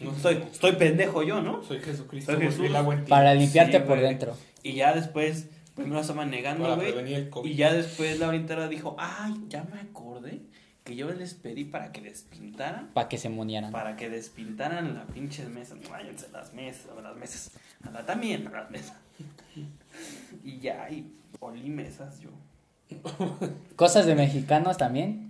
B: No, estoy, estoy pendejo yo, ¿no?
D: Soy Jesucristo.
B: Soy
D: volví
B: Jesús.
D: el agua en ti.
C: Para
B: Sí,
C: limpiarte por
B: güey.
C: dentro.
B: Y ya después, pues, primero estaban negando,
D: Para
B: güey.
D: prevenir el COVID.
B: Y ya después la orientadora dijo, ay, ya me acordé que yo les pedí para que despintaran,
C: Para que se monieran.
B: para que despintaran las pinches mesas. No, váyanse a las mesas, a las mesas. A la también, a las mesas. y ya, y olí mesas yo.
C: Cosas de mexicanos también.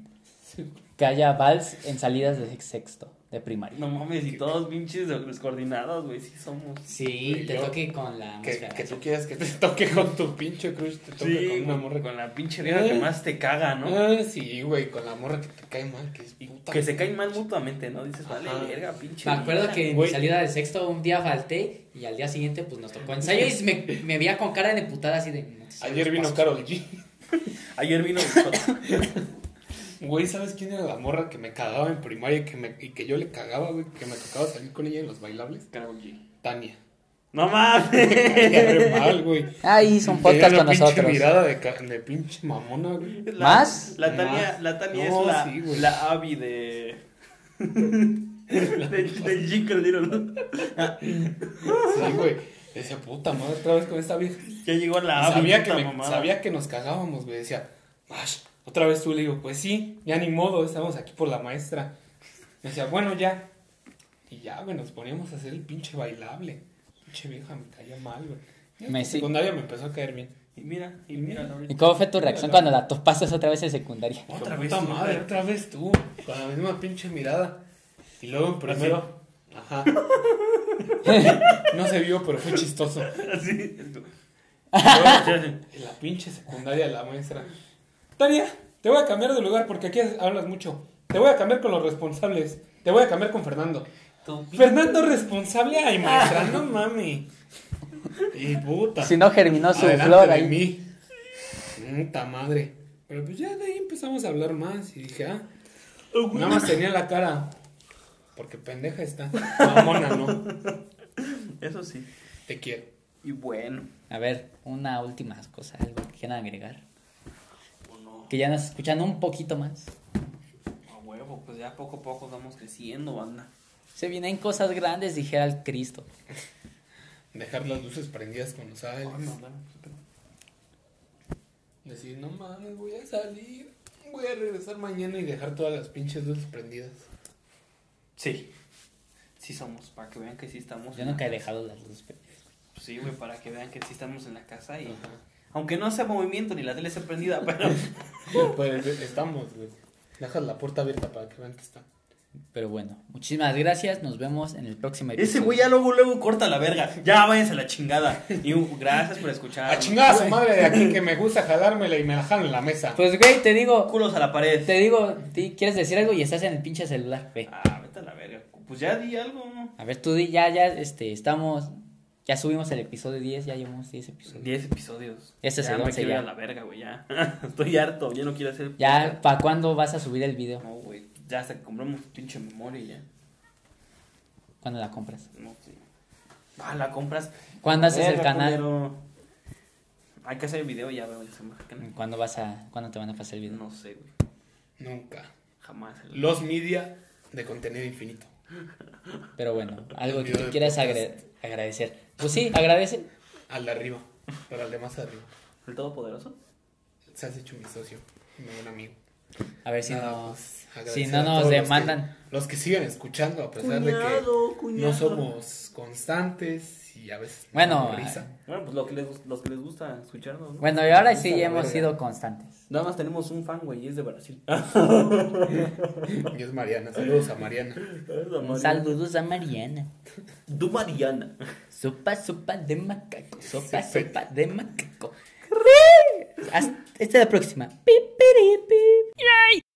C: Que haya vals en salidas de sexto. de primaria.
B: No mames, y todos pinches descoordinados, güey, sí somos.
A: Sí,
D: Y
A: te
D: yo-
A: toque con la
D: Que,
A: máscara.
D: que tú quieras que te toque con tu pinche crush, te toque
B: Sí,
D: con una
B: güey,
D: morra.
B: con la pinche vieja que
D: Eh.
B: más te caga, ¿no?
D: Ah, sí, güey, con la morra que te cae mal, que es
B: Y
D: puta.
B: que se caen mal mutuamente, ¿no? Dices, vale,
D: Ajá.
B: verga, pinche.
A: Me acuerdo
B: vieja.
A: que en mi
D: Güey.
A: salida de sexto un día falté y al día siguiente pues nos tocó ensayo y me, me veía con cara de putada así de... "No te sabes
D: Ayer vino
A: pasos".
D: Carol G.
B: Ayer vino.
D: Güey, ¿sabes quién era la morra que me cagaba en primaria y que, me, y que yo le cagaba, güey? Que me tocaba salir con ella en los bailables. Tania.
B: no mames.
D: Tania re mal, güey.
C: Ahí hizo un
D: Tenía
C: podcast
D: una
C: con
D: pinche
C: nosotros.
D: mirada de, ca- de pinche mamona, güey.
B: La-
C: ¿Más?
B: La Tania,
D: Más.
B: la Tania
D: No,
B: es la,
D: sí, güey.
B: la Abby de. del de Jingle Little.
D: Sí, güey. Decía, puta madre, otra vez con esta vieja.
B: Ya llegó
D: Y
B: la Abby.
D: sabía, que
B: puta
D: me-
B: mamada.
D: sabía que nos cagábamos, güey. Decía, "Ash, otra vez tú le digo, pues sí, ya ni modo, estamos aquí por la maestra. Me decía, bueno, ya. Y ya, güey, nos poníamos a hacer el pinche bailable. Pinche vieja, me caía mal, güey. Ya en
C: Me sí.
D: secundaria me empezó a caer bien.
B: Y mira, y mira,
C: ¿Y
B: ahorita.
C: cómo fue tu reacción cuando la topaste otra vez en secundaria?
D: Otra
B: Con
D: vez
B: puta
D: tú,
B: madre,
D: güey, otra vez tú. Con la misma pinche mirada. Y luego en primero. Ajá. no se vio, pero fue chistoso.
B: Así.
D: En la pinche secundaria la maestra. Tania, te voy a cambiar de lugar porque aquí hablas mucho. Te voy a cambiar con los responsables. Te voy a cambiar con Fernando. Fernando responsable, ay maestra, no mami. Y puta.
C: Si no germinó su
D: Adelante
C: flor
D: de
C: ahí.
D: mí. Puta madre. Pero pues ya de ahí empezamos a hablar más y dije, ah,
B: Oh,
D: nada más tenía la cara. Porque pendeja está. Mamona, no.
B: Eso sí.
D: Te quiero.
B: Y bueno.
C: A ver, una última cosa, algo que quieran agregar. Que ya nos escuchan un poquito más.
B: pues A huevo, pues ya poco a poco vamos creciendo, banda.
C: Se vienen cosas grandes, dijera el Cristo.
D: Dejar las luces prendidas cuando sales. Decir, no mames, voy a salir. Voy a regresar mañana y dejar todas las pinches luces prendidas.
B: Sí. Sí somos, para que vean que sí estamos.
C: Yo
B: en la
C: nunca he
B: casa.
C: dejado las luces. pe-
B: Sí, güey, para que vean que sí estamos en la casa y... Aunque no sea movimiento ni la tele esté prendida, pero...
D: Pues estamos, güey. Dejas la puerta abierta para que vean que está.
C: Pero bueno, muchísimas gracias. Nos vemos en el próximo episodio.
B: Ese güey ya luego, luego corta la verga. Ya váyanse a la chingada. Y uh, gracias por escuchar.
D: A chingar a su madre de aquí que me gusta jalármela y me la jalan en la mesa.
C: Pues güey, te digo,
B: Culos a la pared.
C: te digo, ti- quieres decir algo y estás en el pinche celular. Ve.
B: Ah, vete a la verga. Pues ya di algo, ¿no?
C: A ver, tú di, ya, ya, este, estamos, ya subimos el episodio 10, ya llevamos 10 episodios.
B: 10 episodios.
C: Este es
B: ya
C: el
B: me
C: once,
B: quiero ir
C: ya.
B: a la verga, güey, ya. Estoy harto, ya no quiero hacer...
C: Ya, ¿para cuándo vas a subir el video?
B: No, güey, ya hasta que compramos pinche memoria y ya.
C: ¿Cuándo la compras?
B: No, sí. Ah, la compras.
C: ¿Cuándo haces el
B: Verga,
C: canal?
B: culero. Hay que hacer el video ya, güey. se me hace que no.
C: ¿Cuándo vas a, cuándo te van a pasar el video?
B: No sé, güey.
D: Nunca.
B: Jamás. el-
D: Los media de contenido infinito.
C: Pero bueno, algo que
D: video
C: tú
D: de
C: quieras
D: podcast.
C: agra- agradecer. Pues sí, agradece.
D: Al de arriba. Pero al de más arriba.
B: ¿El Todopoderoso?
D: Se has hecho mi socio. Mi buen amigo.
C: A ver si
D: Nada,
C: nos,
D: pues,
C: si
D: agradecer
C: no
D: a todos
C: nos
D: los que-
C: demandan.
D: los que siguen escuchando, a pesar de que. No somos constantes y a veces. nos
C: Bueno,
D: da risa.
B: Bueno, pues lo que les, los que les gusta escucharnos, ¿no?
C: Bueno, y ahora sí
D: Gusta la
C: hemos
D: verga.
C: sido constantes.
B: Nada más tenemos un fan, güey, y es de Brasil.
C: eh.
D: Y es Mariana. Saludos a Mariana.
C: Un saludos a Mariana.
B: Du Mariana.
C: Sopa, sopa de macaco. Sopa,
D: Sí, sí.
C: sopa de macaco. Hasta, hasta la próxima. Pi, piri, pi.